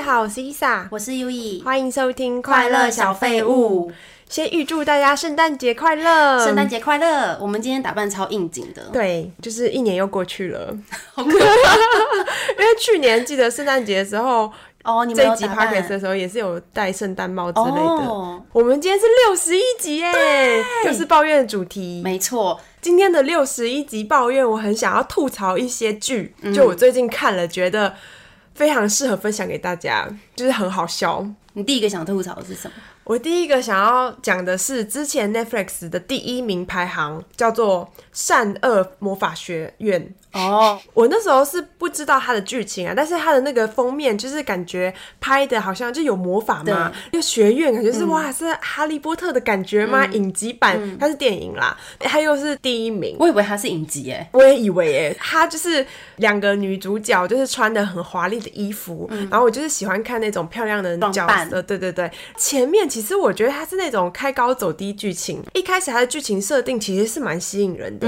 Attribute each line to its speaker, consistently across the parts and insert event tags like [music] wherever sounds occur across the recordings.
Speaker 1: Lisa，
Speaker 2: 我是 U E，
Speaker 1: 欢迎收听《
Speaker 2: 快乐小废物》。
Speaker 1: 先预祝大家圣诞节快乐！
Speaker 2: 圣诞节快乐！我们今天打扮超应景的，
Speaker 1: 嗯对，就是一年又过去了，
Speaker 2: [laughs] 好可爱
Speaker 1: [laughs] 因为去年记得圣诞节的时候，
Speaker 2: 哦！你们
Speaker 1: 这
Speaker 2: 有
Speaker 1: 一集
Speaker 2: 打扮
Speaker 1: podcast 的时候也是有戴圣诞帽之类的。
Speaker 2: 哦，
Speaker 1: 我们今天是六十一集耶，又是抱怨的主题。
Speaker 2: 没错，
Speaker 1: 今天的六十一集抱怨，我很想要吐槽一些剧，
Speaker 2: 嗯
Speaker 1: 就我最近看了，觉得非常适合分享给大家，就是很好笑。
Speaker 2: 你第一个想吐槽的是什么？
Speaker 1: 我第一个想要讲的是，之前 Netflix 的第一名排行叫做《善恶魔法学院》。
Speaker 2: 哦，
Speaker 1: 我那时候是不知道它的剧情啊，但是它的那个封面就是感觉拍的好像就有魔法嘛，那个学院感觉
Speaker 2: 嗯
Speaker 1: 是、哇，是哈利波特的感觉吗？影集版、它是电影啦，它又是第一名。
Speaker 2: 我以为它是影集耶，
Speaker 1: 我也以为诶、她就是两个女主角，就是穿的很华丽的衣服，然后我就是喜欢看那种漂亮的角
Speaker 2: 嗯装扮
Speaker 1: 色，对对对。前面其实我觉得它是那种开高走低剧情，一开始它的剧情设定其实是蛮吸引人的，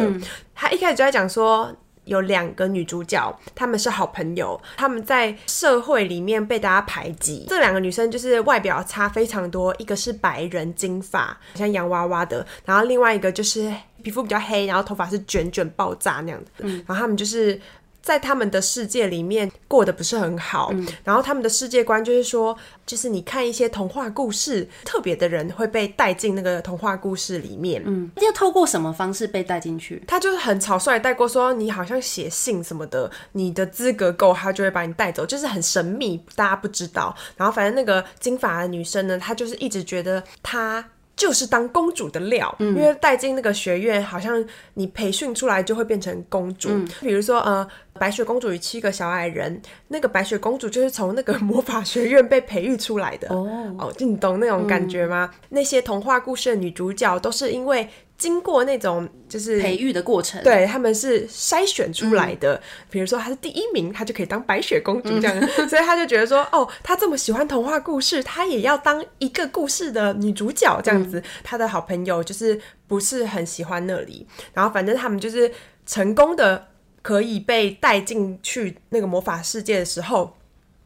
Speaker 1: 她一开始就在讲说。有两个女主角，她们是好朋友，她们在社会里面被大家排挤。这两个女生就是外表差非常多，一个是白人金发，像洋娃娃的，然后另外一个就是皮肤比较黑，然后头发是卷卷爆炸那样的。然后她们就是在他们的世界里面过得不是很好，然后他们的世界观就是说，就是你看一些童话故事，特别的人会被带进那个童话故事里面，
Speaker 2: 嗯，要透过什么方式被带进去？
Speaker 1: 他就是很草率地带过说你好像写信什么的，你的资格够，他就会把你带走，就是很神秘，大家不知道。然后反正那个金发的女生呢，她就是一直觉得她。就是当公主的料，因为带进那个学院，好像你培训出来就会变成公主。比如说，呃，白雪公主与七个小矮人，那个白雪公主就是从那个魔法学院被培育出来的。
Speaker 2: 哦，
Speaker 1: 哦，就你懂那种感觉吗？那些童话故事的女主角都是因为经过那种就是
Speaker 2: 培育的过程，，
Speaker 1: 对，他们是筛选出来的。比如说，她是第一名，她就可以当白雪公主这样， [laughs] 所以她就觉得说，哦，她这么喜欢童话故事，她也要当一个故事的女主角这样子。她的好朋友就是不是很喜欢那里，然后反正他们就是成功的可以被带进去那个魔法世界的时候。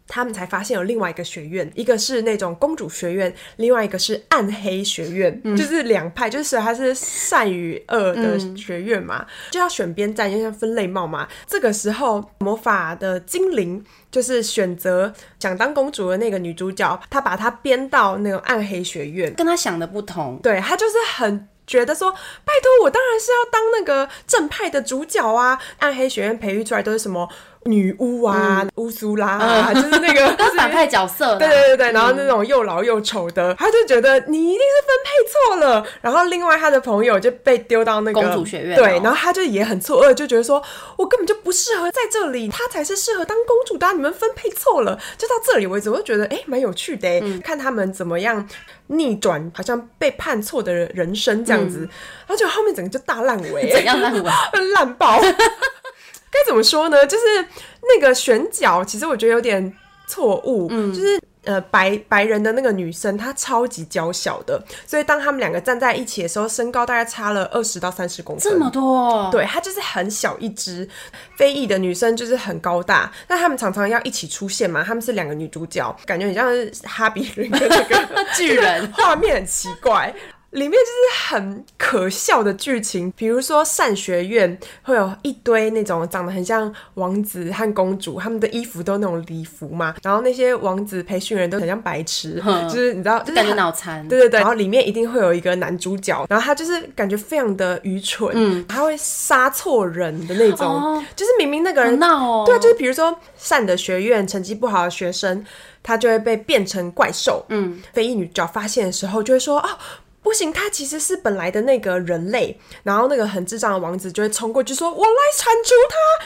Speaker 1: 他们才发现有另外一个学院，一个是那种公主学院，另外一个是暗黑学院，就是两派，就是它是善与恶的学院嘛，就要选边站，就像分类帽嘛。这个时候，魔法的精灵就是选择想当公主的那个女主角，她把她编到那种暗黑学院，
Speaker 2: 跟他想的不同，
Speaker 1: 对他就是很觉得说，拜托，我当然是要当那个正派的主角啊！暗黑学院培育出来都是什么女巫啊、乌苏拉啊，就是那个
Speaker 2: 都是反派角色啦，嗯
Speaker 1: 对对对对，然后那种又老又丑的，他就觉得你一定是分配错了。然后另外他的朋友就被丢到那个
Speaker 2: 公主学院
Speaker 1: 对
Speaker 2: 哦，
Speaker 1: 然后他就也很错愕，就觉得说我根本就不适合在这里，他才是适合当公主的啊、你们分配错了。就到这里为止，我就觉得哎，诶蛮有趣的诶、
Speaker 2: 嗯
Speaker 1: 看他们怎么样逆转，好像被判错的人生这样
Speaker 2: 嗯
Speaker 1: 子。然后就后面整个就大烂尾、
Speaker 2: [laughs] 怎样让我？
Speaker 1: 烂爆。 [laughs] 该怎么说呢？就是那个选角，其实我觉得有点错误，
Speaker 2: 嗯
Speaker 1: 就是。呃，白白人的那个女生，她超级娇小的，所以当他们两个站在一起的时候，身高大概差了二十到三十公分。
Speaker 2: 这么多，
Speaker 1: 对，她就是很小一只。非裔的女生就是很高大，那她们常常要一起出现嘛，她们是两个女主角，感觉很像是哈比人跟那个
Speaker 2: [laughs] 巨人
Speaker 1: 画面很奇怪。里面就是很可笑的剧情，比如说善学院会有一堆那种长得很像王子和公主，他们的衣服都那种礼服嘛，然后那些王子培训人都很像白痴，就是你知道，就是
Speaker 2: 感觉
Speaker 1: 很
Speaker 2: 脑残，
Speaker 1: 对对对，然后里面一定会有一个男主角，然后他就是感觉非常的愚蠢，嗯，他会杀错人的那种，
Speaker 2: 哦
Speaker 1: 就是明明那个
Speaker 2: 好
Speaker 1: 人
Speaker 2: 闹哦，
Speaker 1: 对啊，就是比如说善的学院成绩不好的学生，他就会被变成怪兽。嗯，非裔女主角发现的时候，就会说哦。不行，他其实是本来的那个人类，然后那个很智障的王子就会冲过去说：“我来铲除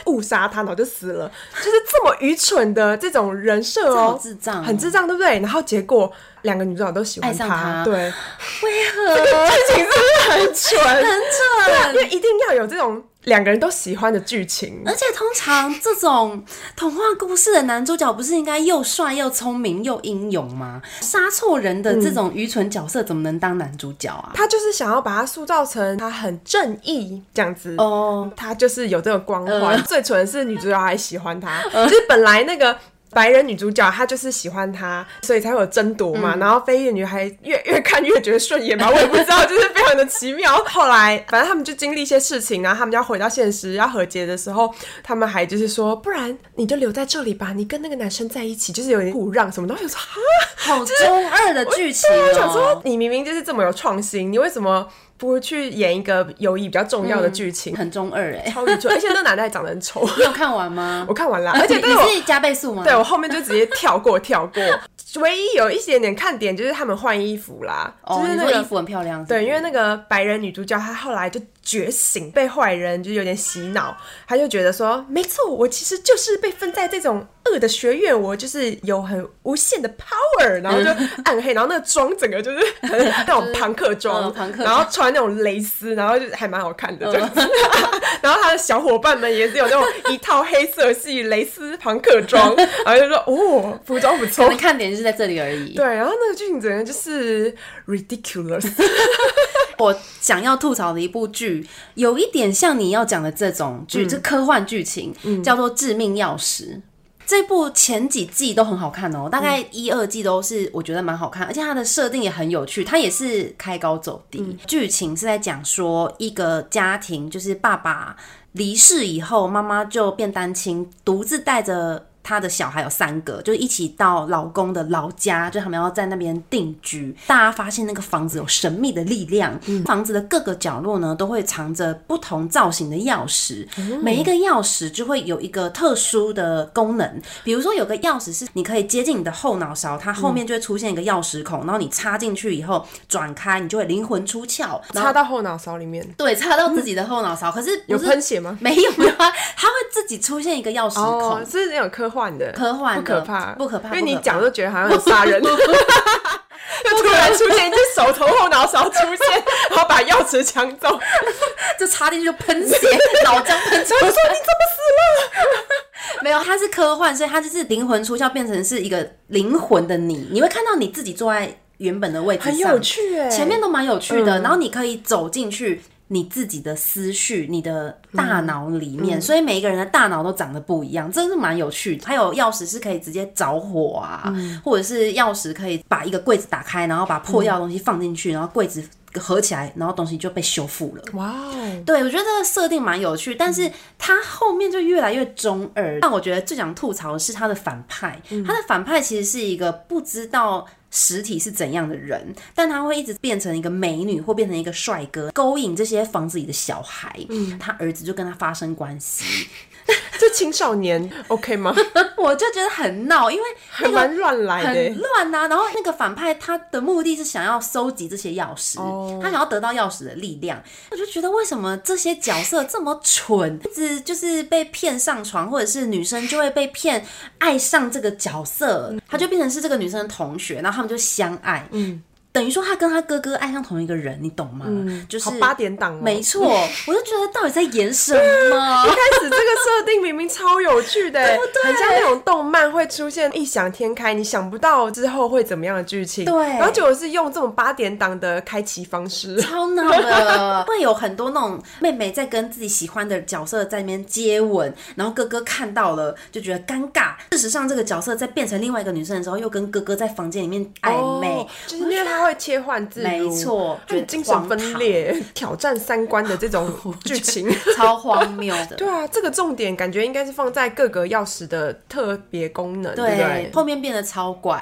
Speaker 1: 他，误杀他，然后就死了。”就是这么愚蠢的这种人设
Speaker 2: 这
Speaker 1: 哦
Speaker 2: 好，智障哦
Speaker 1: 很智障，对不对？然后结果两个女主角都喜欢
Speaker 2: 爱上他 [laughs]
Speaker 1: 对，
Speaker 2: 为
Speaker 1: [laughs]
Speaker 2: 何
Speaker 1: 剧情是不是很蠢？
Speaker 2: 很蠢？
Speaker 1: 因为一定要有这种两个人都喜欢的剧情，
Speaker 2: 而且通常这种童话故事的男主角不是应该又帅又聪明又英勇吗？杀错人的这种愚蠢角色怎么能当男主角啊？
Speaker 1: 他就是想要把它塑造成他很正义这样子。
Speaker 2: 哦，
Speaker 1: 他就是有这个光环，最蠢的是女主角还喜欢他，就是本来那个。白人女主角她就是喜欢他，所以才会有争夺嘛。然后非裔女孩越越看越觉得顺眼吧，我也不知道，就是非常的奇妙。后来 [laughs] 反正他们就经历一些事情，然后他们要回到现实要和解的时候，他们还就是说，不然你就留在这里吧，你跟那个男生在一起，就是有点互让什么的。然后我说哈，
Speaker 2: 好中二的剧情
Speaker 1: 对啊，
Speaker 2: 哦、
Speaker 1: 我想说你明明就是这么有创新，你为什么不去演一个友谊比较重要的剧情？
Speaker 2: 很中二哎、
Speaker 1: 超愚蠢，而且那男的还长得很丑。
Speaker 2: 你有看完吗
Speaker 1: 我？看完了，而且
Speaker 2: [laughs] 你
Speaker 1: 但是我
Speaker 2: 你是加倍速吗？
Speaker 1: 对我后面就直接跳过跳过。 [laughs] 唯一有一点点看点就是他们换衣服啦，
Speaker 2: 哦，
Speaker 1: 就是
Speaker 2: 你
Speaker 1: 那
Speaker 2: 说衣
Speaker 1: 个
Speaker 2: 服很漂亮是不是，
Speaker 1: 对，因为那个白人女主角她后来就觉醒，被坏人就有点洗脑，她就觉得说，没错，我其实就是被分在这种恶的学院，我就是有很无限的 power，然后就暗黑，然后那个妆整个就是
Speaker 2: [laughs]
Speaker 1: 很那种朋克
Speaker 2: 嗯
Speaker 1: 妆，
Speaker 2: 朋克嗯
Speaker 1: 然后穿那种蕾丝，然后就还蛮好看的这样子。 [laughs] 然后她的小伙伴们也是有那种一套黑色系蕾丝朋克装，然后就说，哦，服装不
Speaker 2: 可 [laughs]
Speaker 1: 错
Speaker 2: 能。看点就是在这里而已。
Speaker 1: 对，然后那个剧情整个就是 ridiculous，
Speaker 2: [laughs] 我想要吐槽的一部剧，有一点像你要讲的这种剧，这科幻剧情，叫做《致命钥匙》。这部前几季都很好看哦，大概一、二季都是我觉得蛮好看，而且它的设定也很有趣，它也是开高走低。剧、情是在讲说一个家庭，就是爸爸离世以后，妈妈就变单亲，独自带着她的小孩有三个，就一起到老公的老家，就他们要在那边定居。大家发现那个房子有神秘的力量，房子的各个角落呢都会藏着不同造型的钥匙，每一个钥匙就会有一个特殊的功能，比如说有个钥匙是你可以接近你的后脑勺，它后面就会出现一个钥匙孔，然后你插进去以后转开，你就会灵魂出窍，然后
Speaker 1: 插到后脑勺里面。
Speaker 2: 对插到自己的后脑勺，可是
Speaker 1: 嗯有
Speaker 2: 不是
Speaker 1: 喷血吗？
Speaker 2: 没有啊， [laughs] 它会自己出现一个钥匙孔。
Speaker 1: 哦，是那种科幻的，
Speaker 2: 科幻的
Speaker 1: 不可怕，
Speaker 2: 不可怕
Speaker 1: 因为
Speaker 2: 不可
Speaker 1: 你
Speaker 2: 怕
Speaker 1: 讲就觉得好像很杀
Speaker 2: [laughs]
Speaker 1: 人，就 [laughs] 突然出现一只手从后脑勺出
Speaker 2: [laughs]
Speaker 1: 现，然后把钥匙抢走。我
Speaker 2: 就插进去就喷血，脑浆喷出。
Speaker 1: 说你怎么
Speaker 2: [laughs] 没有，它是科幻，所以它就是灵魂出窍，变成是一个灵魂的你，你会看到你自己坐在原本的位置上，
Speaker 1: 很有趣哎？
Speaker 2: 前面都蛮有趣的，然后你可以走进去。你自己的思绪，你的大脑里面，所以每一个人的大脑都长得不一样，真的是蛮有趣的。还有钥匙是可以直接着火啊，或者是钥匙可以把一个柜子打开，然后把破掉的东西放进去，然后柜子合起来，然后东西就被修复了。
Speaker 1: 哇哦，
Speaker 2: 对，我觉得这个设定蛮有趣，但是它后面就越来越中二。但我觉得最想吐槽的是它的反派，它的反派其实是一个不知道。实体是怎样的人，但他会一直变成一个美女，或变成一个帅哥，勾引这些房子里的小孩。嗯，他儿子就跟他发生关系， [laughs]
Speaker 1: 这青少年 OK 吗？
Speaker 2: 我就觉得很闹，因为
Speaker 1: 还蛮乱来的
Speaker 2: 很
Speaker 1: 欸。
Speaker 2: 乱呐、然后那个反派他的目的是想要收集这些钥匙，
Speaker 1: 哦
Speaker 2: 他想要得到钥匙的力量。我就觉得为什么这些角色这么蠢，一直就是被骗上床，或者是女生就会被骗爱上这个角色，
Speaker 1: 嗯
Speaker 2: 他就变成是这个女生的同学，然后他们就相爱。嗯。等于说，他跟他哥哥爱上同一个人，你懂吗？就是
Speaker 1: 嗯好八点档哦，
Speaker 2: 没
Speaker 1: 一 [laughs]
Speaker 2: 错，我就觉得到底在演什么？
Speaker 1: 开始这个设定明明超有趣
Speaker 2: [laughs]
Speaker 1: 的欸，很像那种动漫会出现异想天开，你想不到之后会怎么样的剧情，
Speaker 2: 对
Speaker 1: 然后结果是用这种八点档的开启方式，
Speaker 2: 超闹的，会有很多那种妹妹在跟自己喜欢的角色在那边接吻，然后哥哥看到了就觉得尴尬。事实上，这个角色在变成另外一个女生的时候，又跟哥哥在房间里面暧昧，
Speaker 1: 哦就是因为他会切换自如，
Speaker 2: 没错
Speaker 1: 他很精神分裂、挑战三观的这 [laughs] 种剧情。
Speaker 2: 超荒谬的。
Speaker 1: 对啊，这个重点感觉应该是放在各个钥匙的特别功能，对不对？
Speaker 2: 后面变得超怪，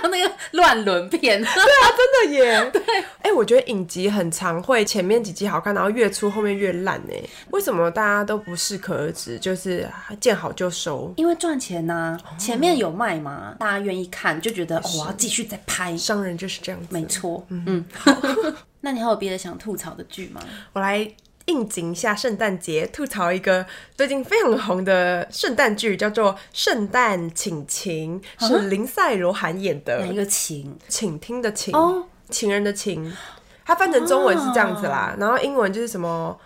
Speaker 2: 像那个乱伦片。
Speaker 1: 啊，真的耶！ [laughs] 对，哎、我觉得影集很常会前面几集好看，然后越出后面越烂哎，为什么大家都不适可而止，就是见好就收？
Speaker 2: 因为赚钱呐、前面有卖嘛，大家愿意看就觉得、哦、我要继续再拍，
Speaker 1: 商人就是这样子，
Speaker 2: 没错，嗯。那你还有别的想吐槽的剧吗？
Speaker 1: 我来应景一下圣诞节，吐槽一个最近非常红的圣诞剧，叫做《圣诞请情》，是林赛罗涵演
Speaker 2: 哪一
Speaker 1: 的，
Speaker 2: 个情？
Speaker 1: 请听的请，
Speaker 2: 哦
Speaker 1: 情人的情，它翻成中文是这样子啦，然后英文就是什么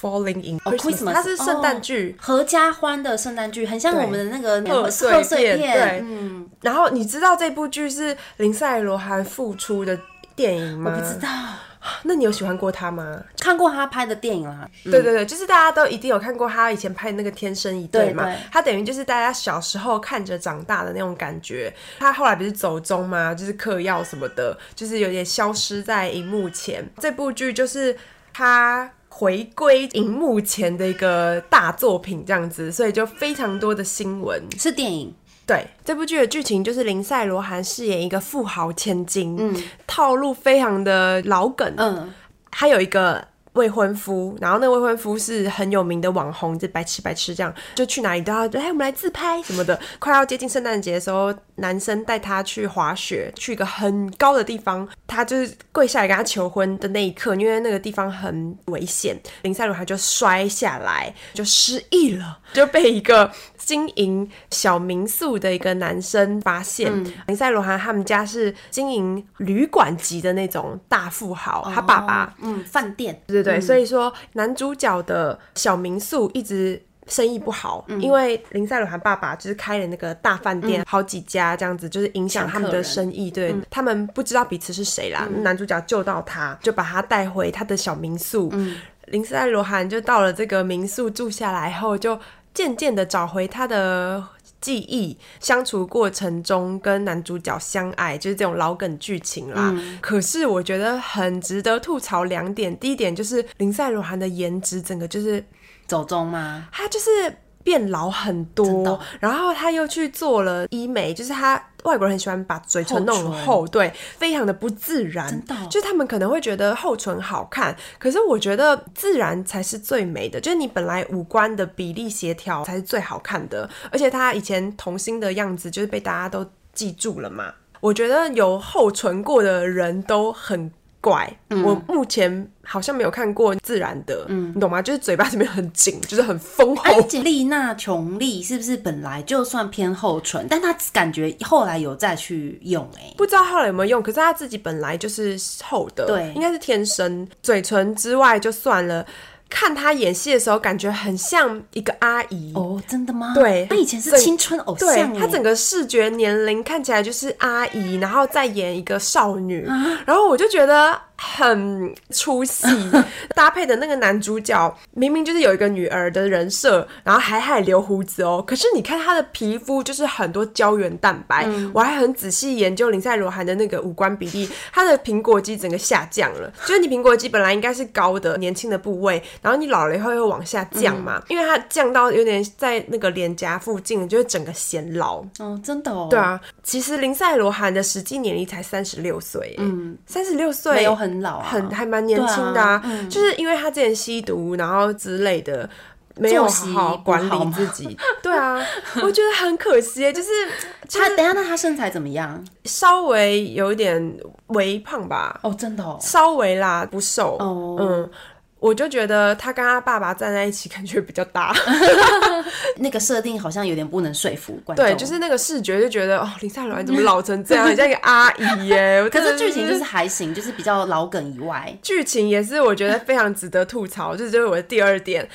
Speaker 1: Falling in
Speaker 2: Christmas，
Speaker 1: 哦 Christmas，它是哦圣诞剧。
Speaker 2: 合家欢的圣诞剧，很像
Speaker 1: 对
Speaker 2: 我们的那个
Speaker 1: 贺岁
Speaker 2: 贺岁
Speaker 1: 片
Speaker 2: 片
Speaker 1: 对
Speaker 2: 嗯，
Speaker 1: 然后你知道这部剧是林赛罗涵复出的电影
Speaker 2: 我
Speaker 1: 吗？
Speaker 2: 不知道，
Speaker 1: 那你有喜欢过他吗？
Speaker 2: 看过他拍的电影啦，
Speaker 1: 对对对，就是大家都一定有看过他以前拍的那个《天生一对
Speaker 2: 对》
Speaker 1: 嘛
Speaker 2: 对，
Speaker 1: 他等于就是大家小时候看着长大的那种感觉。他后来不是走中吗？就是嗑药什么的，就是有点消失在荧幕前。这部剧就是他。回归荧幕前的一个大作品，这样子，所以就非常多的新闻。
Speaker 2: 是电影，
Speaker 1: 对，这部剧的剧情就是林赛罗韩饰演一个富豪千金，套路非常的老梗，
Speaker 2: 嗯，
Speaker 1: 他有一个未婚夫，然后那个未婚夫是很有名的网红，就白痴白痴这样，就去哪里都要哎，我们来自拍什么的。快要接近圣诞节的时候，男生带她去滑雪，去一个很高的地方，她就是跪下来跟他求婚的那一刻，因为那个地方很危险，林赛罗她就摔下来，就失忆了，就被一个经营小民宿的一个男生发现。林赛罗韩他们家是经营旅馆级的那种大富豪，他爸爸。
Speaker 2: 哦，嗯，饭店，
Speaker 1: 对对对，所以说男主角的小民宿一直。生意不好，因为林赛罗韩爸爸就是开了那个大饭店，好几家这样子，就是影响他们的生意。对、他们不知道彼此是谁啦。男主角救到他，就把他带回他的小民宿。林赛罗韩就到了这个民宿住下来后，就渐渐的找回他的记忆，相处过程中跟男主角相爱，就是这种老梗剧情啦。可是我觉得很值得吐槽两点，第一点就是林赛罗韩的颜值，整个就是
Speaker 2: 走中吗？
Speaker 1: 他就是变老很
Speaker 2: 真的
Speaker 1: 多，然后他又去做了医美，就是他外国人很喜欢把嘴唇弄
Speaker 2: 厚
Speaker 1: 很
Speaker 2: 唇
Speaker 1: 厚，对，非常的不自然。
Speaker 2: 真的哦
Speaker 1: 就是他们可能会觉得厚唇好看，可是我觉得自然才是最美的，就是你本来五官的比例协调才是最好看的，而且他以前童星的样子就是被大家都记住了嘛。我觉得有厚唇过的人都很怪，我目前好像没有看过自然的，你懂吗？就是嘴巴这边很紧， [laughs] 就是很丰厚。
Speaker 2: 而且丽娜琼丽是不是本来就算偏厚唇，但她感觉后来有再去用哎、
Speaker 1: 不知道后来有没有用，可是他自己本来就是厚的，
Speaker 2: 对
Speaker 1: 应该是天生。嘴唇之外就算了，看他演戏的时候，感觉很像一个阿姨。
Speaker 2: 哦，真的吗？
Speaker 1: 对
Speaker 2: 她以前是
Speaker 1: 整
Speaker 2: 青春偶
Speaker 1: 对
Speaker 2: 像哎、
Speaker 1: 她整个视觉年龄看起来就是阿姨，然后再演一个少女，然后我就觉得很出戏。 [laughs] 搭配的那个男主角明明就是有一个女儿的人设，然后还还留胡子哦，可是你看他的皮肤就是很多胶原蛋白，我还很仔细研究林赛罗韩的那个五官比例，他的苹果肌整个下降了，就是你苹果肌本来应该是高的年轻的部位，然后你老了以后又往下降嘛，因为它降到有点在那个脸颊附近，就会整个显老。
Speaker 2: 哦，真的哦，
Speaker 1: 对，啊，其实林赛罗韩的实际年龄才三十六岁，嗯，三十六岁
Speaker 2: 没有很老啊，
Speaker 1: 很还蛮年轻的啊，
Speaker 2: 嗯
Speaker 1: 就是因为他之前吸毒，然后之类的。没有
Speaker 2: 作息
Speaker 1: 好好
Speaker 2: 不
Speaker 1: 管
Speaker 2: 好
Speaker 1: 理
Speaker 2: 吗
Speaker 1: 自己， [laughs] 对啊，我觉得很可惜
Speaker 2: [laughs]
Speaker 1: 耶，就是就
Speaker 2: 她
Speaker 1: 是
Speaker 2: 等一下，那她身材怎么样？
Speaker 1: 稍微有一点微胖吧，
Speaker 2: 哦，真的哦，
Speaker 1: 稍微啦，不瘦，
Speaker 2: 哦
Speaker 1: 嗯，我就觉得他跟他爸爸站在一起感觉比较
Speaker 2: [laughs]
Speaker 1: 搭，
Speaker 2: 那个设定好像有点不能说服观众。
Speaker 1: 对，就是那个视觉就觉得哦，林赛罗怎么老成这样，
Speaker 2: [laughs]
Speaker 1: 很像一个阿姨耶。我
Speaker 2: 可
Speaker 1: 真的
Speaker 2: 是剧情就是
Speaker 1: 嗯
Speaker 2: 还行，就是比较老梗以外，
Speaker 1: 剧情也是我觉得非常值得吐槽， [laughs] 这就是我的第二点。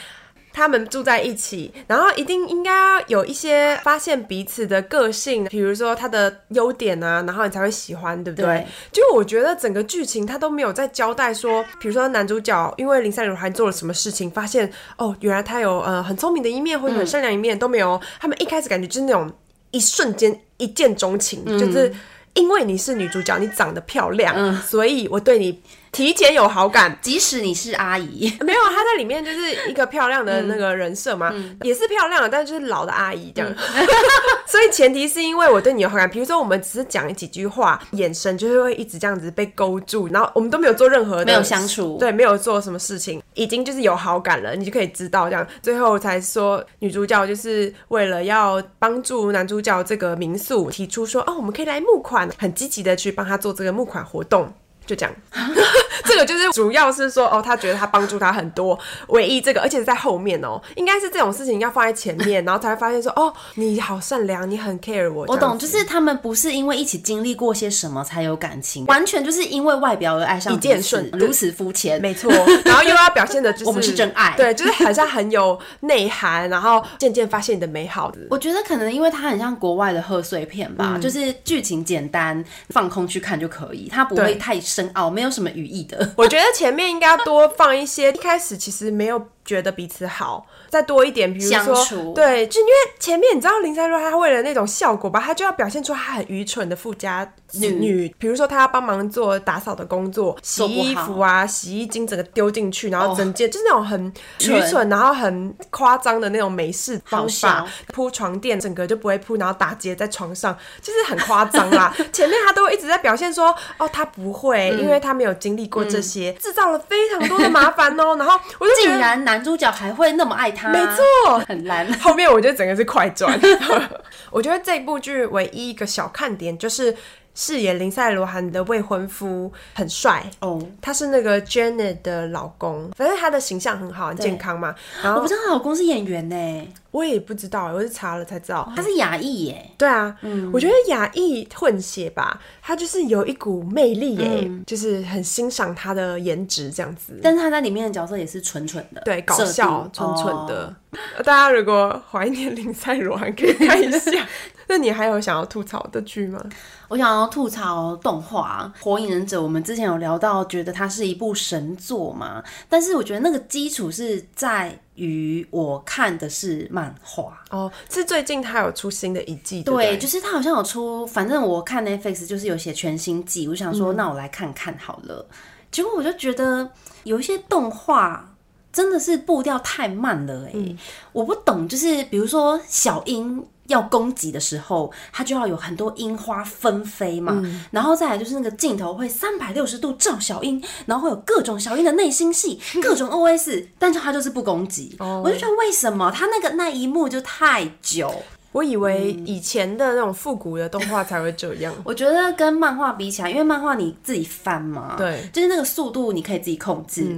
Speaker 1: 他们住在一起，然后一定应该要有一些发现彼此的个性，比如说他的优点啊，然后你才会喜欢，对不对？
Speaker 2: 对
Speaker 1: 就我觉得整个剧情他都没有在交代说，比如说男主角因为林赛如还做了什么事情，发现哦，原来他有呃很聪明的一面或者很善良一面、都没有哦。他们一开始感觉就是那种一瞬间一见钟情，就是因为你是女主角，你长得漂亮，所以我对你提前有好感。
Speaker 2: 即使你是阿姨，
Speaker 1: [laughs] 没有，她在里面就是一个漂亮的那个人设嘛，
Speaker 2: 嗯
Speaker 1: 也是漂亮的，但就是老的阿姨这样。 [laughs] 所以前提是因为我对你有好感，比如说我们只是讲几句话，眼神就是会一直这样子被勾住，然后我们都没有做任何的
Speaker 2: 没有相处
Speaker 1: 对，没有做什么事情，已经就是有好感了，你就可以知道这样。最后才说女主角就是为了要帮助男主角这个民宿，提出说哦，我们可以来募款，很积极的去帮他做这个募款活动。就这样， [laughs] 这个就是主要是说哦，他觉得他帮助他很多，唯一这个，而且是在后面哦，应该是这种事情要放在前面，然后才会发现说哦，你好善良，你很 care 我。
Speaker 2: 我
Speaker 1: 这样
Speaker 2: 懂，
Speaker 1: 子
Speaker 2: 就是他们不是因为一起经历过些什么才有感情，完全就是因为外表而爱上
Speaker 1: 一件
Speaker 2: 彼此
Speaker 1: 顺对
Speaker 2: 如此肤浅。
Speaker 1: 没错，然后又要表现的就是
Speaker 2: [laughs] 我们是真爱
Speaker 1: 对，就是好像很有内涵，然后渐渐发现你的美好的。
Speaker 2: 我觉得可能因为它很像国外的贺岁片
Speaker 1: 嗯
Speaker 2: 吧，就是剧情简单，放空去看就可以，它不会
Speaker 1: 对
Speaker 2: 太深奥，没有什么语义。意 [laughs] 的。
Speaker 1: 我觉得前面应该要多放一些，一开始其实没有觉得彼此好，再多一点，比如
Speaker 2: 相
Speaker 1: 说
Speaker 2: 处
Speaker 1: 对，就因为前面你知道林珊若她为了那种效果吧，她就要表现出她很愚蠢的富家子
Speaker 2: 嗯
Speaker 1: 女，比如说她要帮忙做打扫的工作，洗
Speaker 2: 做不好
Speaker 1: 衣服啊，洗衣精整个丢进去，然后
Speaker 2: 哦
Speaker 1: 整件、就是那种很愚蠢，然后很夸张的那种美式方法
Speaker 2: 好笑，
Speaker 1: 铺床垫整个就不会铺，然后打结在床上，就是很夸张
Speaker 2: [laughs]
Speaker 1: 啦。前面她都一直在表现说，哦，她不会，
Speaker 2: 嗯
Speaker 1: 因为她没有经历过这些，制造了非常多的麻烦哦。然后我就觉
Speaker 2: 竟
Speaker 1: 得，
Speaker 2: 然啊男主角还会那么爱她，
Speaker 1: 没，错。
Speaker 2: [laughs] 很烂。
Speaker 1: 后面我觉得整个是快转。 [laughs] 我觉得这部剧唯一一个小看点就是饰演林赛罗韩的未婚夫很帅，
Speaker 2: 哦，
Speaker 1: 他是那个 Janet 的老公，反正他的形象很好，很健康嘛。然
Speaker 2: 我
Speaker 1: 后
Speaker 2: 不知道她老公是演员呢，
Speaker 1: 我也不知道，我是查了才知道。
Speaker 2: 他是亚裔耶。
Speaker 1: 对啊，
Speaker 2: 嗯
Speaker 1: 我觉得亚裔混血吧，他就是有一股魅力耶、就是很欣赏他的颜值这样子。
Speaker 2: 嗯但是他在里面的角色也是蠢蠢的，
Speaker 1: 对，搞
Speaker 2: 设定
Speaker 1: 笑，
Speaker 2: 哦
Speaker 1: 蠢蠢 [laughs] 的。。大家如果怀念林赛罗，还可以看一
Speaker 2: [laughs]
Speaker 1: 下。那你还有想要吐槽的剧吗？
Speaker 2: 我想要吐槽动画《火影忍者》，我们之前有聊到，觉得它是一部神作嘛，但是我觉得那个基础是在于我看的是漫画。
Speaker 1: 哦，是最近他有出新的一季，对不对，
Speaker 2: 对，就是它好像有出，反正我看 Netflix 就是有写全新季，我想
Speaker 1: 嗯
Speaker 2: 说那我来看看好了。结果我就觉得有一些动画真的是步调太慢了哎、
Speaker 1: 嗯
Speaker 2: 我不懂，就是比如说小樱。要攻击的时候，它就要有很多樱花纷飞嘛，
Speaker 1: 嗯
Speaker 2: 然后再来就是那个镜头会三百六十度照小樱，然后会有各种小樱的内
Speaker 1: [laughs]
Speaker 2: 心戏，各种 OS，但是它就是不攻击，
Speaker 1: 哦
Speaker 2: 我就觉得为什么它那个那一幕就太久，
Speaker 1: 我以为以前的那种复古的动画才会这样。
Speaker 2: 嗯 [laughs] 我觉得跟漫画比起来，因为漫画你自己翻嘛，
Speaker 1: 对，嗯
Speaker 2: 就是那个速度你可以自己控制。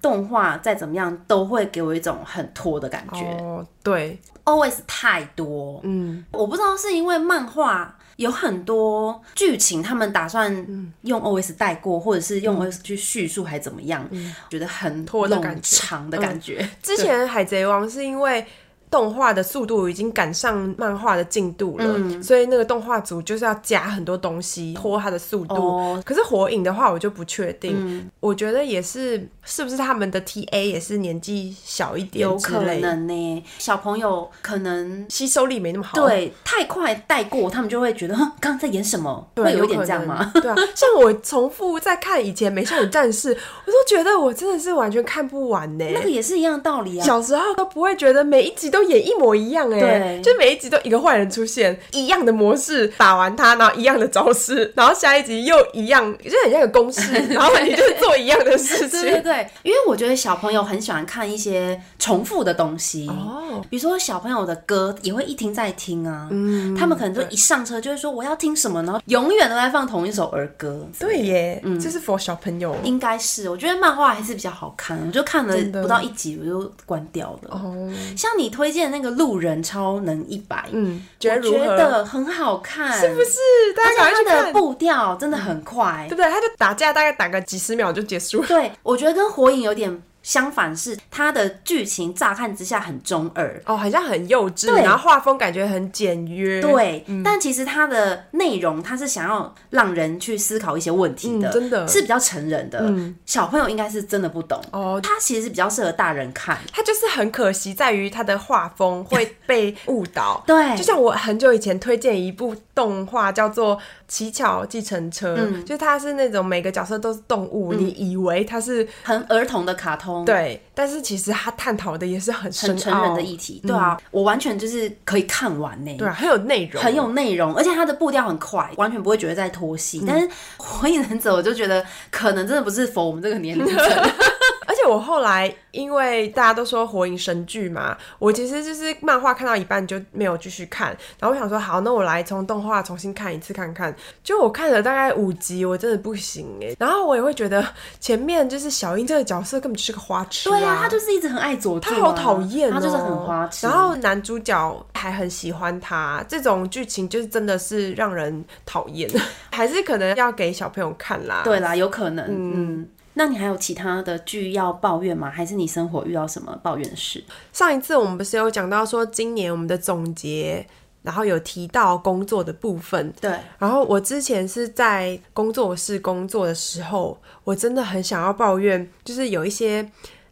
Speaker 2: 动画再怎么样都会给我一种很拖的感觉、
Speaker 1: 哦，对，
Speaker 2: a l w a y s 太多。
Speaker 1: 嗯，
Speaker 2: 我不知道是因为漫画有很多剧情，他们打
Speaker 1: 嗯
Speaker 2: 算用 OS 带过，或者是用 OS 去叙述，还怎么样，觉得很
Speaker 1: 嗯拖的感
Speaker 2: 冗
Speaker 1: 觉嗯
Speaker 2: 长的感觉。
Speaker 1: 之前《海贼王》是因为动画的速度已经赶上漫画的进度了，
Speaker 2: 嗯
Speaker 1: 所以那个动画组就是要加很多东西拖它的速度。
Speaker 2: 哦嗯
Speaker 1: 可是《火影》的话，我就不确定，我觉得也是，是不是他们的 TA 也是年纪小一点
Speaker 2: 有
Speaker 1: 之
Speaker 2: 可
Speaker 1: 类，
Speaker 2: 能呢、小朋友可能
Speaker 1: 吸收力没那么好。。
Speaker 2: 对太快带过，他们就会觉得哼刚刚在演什么，
Speaker 1: 对
Speaker 2: 会有一
Speaker 1: 可
Speaker 2: 点这样吗？ [laughs]
Speaker 1: 能对啊，像我重复在看以前《美少女战士》，我都觉得我真的是完全看不完呢、
Speaker 2: [laughs] 那个也是一样的道理啊。
Speaker 1: 小时候都不会觉得每一集都演一模一样哎、
Speaker 2: 对
Speaker 1: 就每一集都一个坏人出现，一样的模式打完他，然后一样的招式，然后下一集又一样，就很像有公
Speaker 2: [laughs]
Speaker 1: 式，然后你就是做一样的事
Speaker 2: 对对
Speaker 1: 情。
Speaker 2: 对，因为我觉得小朋友很喜欢看一些重复的东西，
Speaker 1: 哦，
Speaker 2: 比如说小朋友的歌也会一听再听啊，
Speaker 1: 嗯
Speaker 2: 他们可能就一上车就会说我要听什么，然后永远都在放同一首儿歌。
Speaker 1: 对耶，
Speaker 2: 嗯
Speaker 1: 这是 for 小朋友。
Speaker 2: 应该是，我觉得漫画还是比较好看，我就看了
Speaker 1: 真的
Speaker 2: 不到一集我就关掉了。
Speaker 1: 哦，
Speaker 2: 像你推荐那个路人超能一百，
Speaker 1: 嗯，觉
Speaker 2: 我
Speaker 1: 得如
Speaker 2: 觉
Speaker 1: 何？
Speaker 2: 得很好看，
Speaker 1: 是不是？大家赶快
Speaker 2: 而且
Speaker 1: 去
Speaker 2: 它的
Speaker 1: 看，对
Speaker 2: 步调真的很快，
Speaker 1: 不对？他就打架，大概打个几十秒就结束了。
Speaker 2: 对，我觉得跟火影有点相反是，它的剧情乍看之下很中二，
Speaker 1: 哦，好像很幼稚，
Speaker 2: 对
Speaker 1: 然后画风感觉很简约。，
Speaker 2: 对，
Speaker 1: 嗯
Speaker 2: 但其实它的内容它是想要让人去思考一些问题的，
Speaker 1: 嗯真的嗯
Speaker 2: 是比较成人的，小朋友应该是真的不懂。
Speaker 1: 哦，
Speaker 2: 它其实比较适合大人看，。
Speaker 1: 他就是很可惜在于他的画风会被误导
Speaker 2: 对
Speaker 1: 就像我很久以前推荐一部动画叫做《乞巧计程车》，
Speaker 2: 嗯
Speaker 1: 就是它是那种每个角色都是动物，你以为它是
Speaker 2: 很儿童的卡通，，
Speaker 1: 对，但是其实它探讨的也是很深
Speaker 2: 很
Speaker 1: 奥嗯
Speaker 2: 成人的议题，对啊，我完全就是可以看完呢、
Speaker 1: 对啊，很有内容，
Speaker 2: 很有内容，而且它的步调很快，完全不会觉得在拖
Speaker 1: 嗯
Speaker 2: 戏。但是《火影忍者》，我就觉得可能真的不是否我们这个年龄层，
Speaker 1: [laughs] 而且我后来因为大家都说《火影》神剧嘛，我其实就是漫画看到一半就没有继续看，然后我想说好，那我来从动画重新看一次看看。就我看了大概五集，我真的不行哎、然后我也会觉得前面就是小樱这个角色根本就是个花痴、
Speaker 2: 对啊，他就是一直很爱佐助、啊，
Speaker 1: 他好讨厌、哦，
Speaker 2: 他就是很花痴。
Speaker 1: 然后男主角还很喜欢他，这种剧情就是真的是让人讨厌，还是可能要给小朋友看啦。
Speaker 2: 对啦，有可能，嗯。那你还有其他的剧要抱怨吗？还是你生活遇到什么抱怨事？
Speaker 1: 上一次我们不是有讲到说，今年我们的总结然后有提到工作的部分。
Speaker 2: 对，
Speaker 1: 然后我之前是在工作室工作的时候，我真的很想要抱怨，就是有一些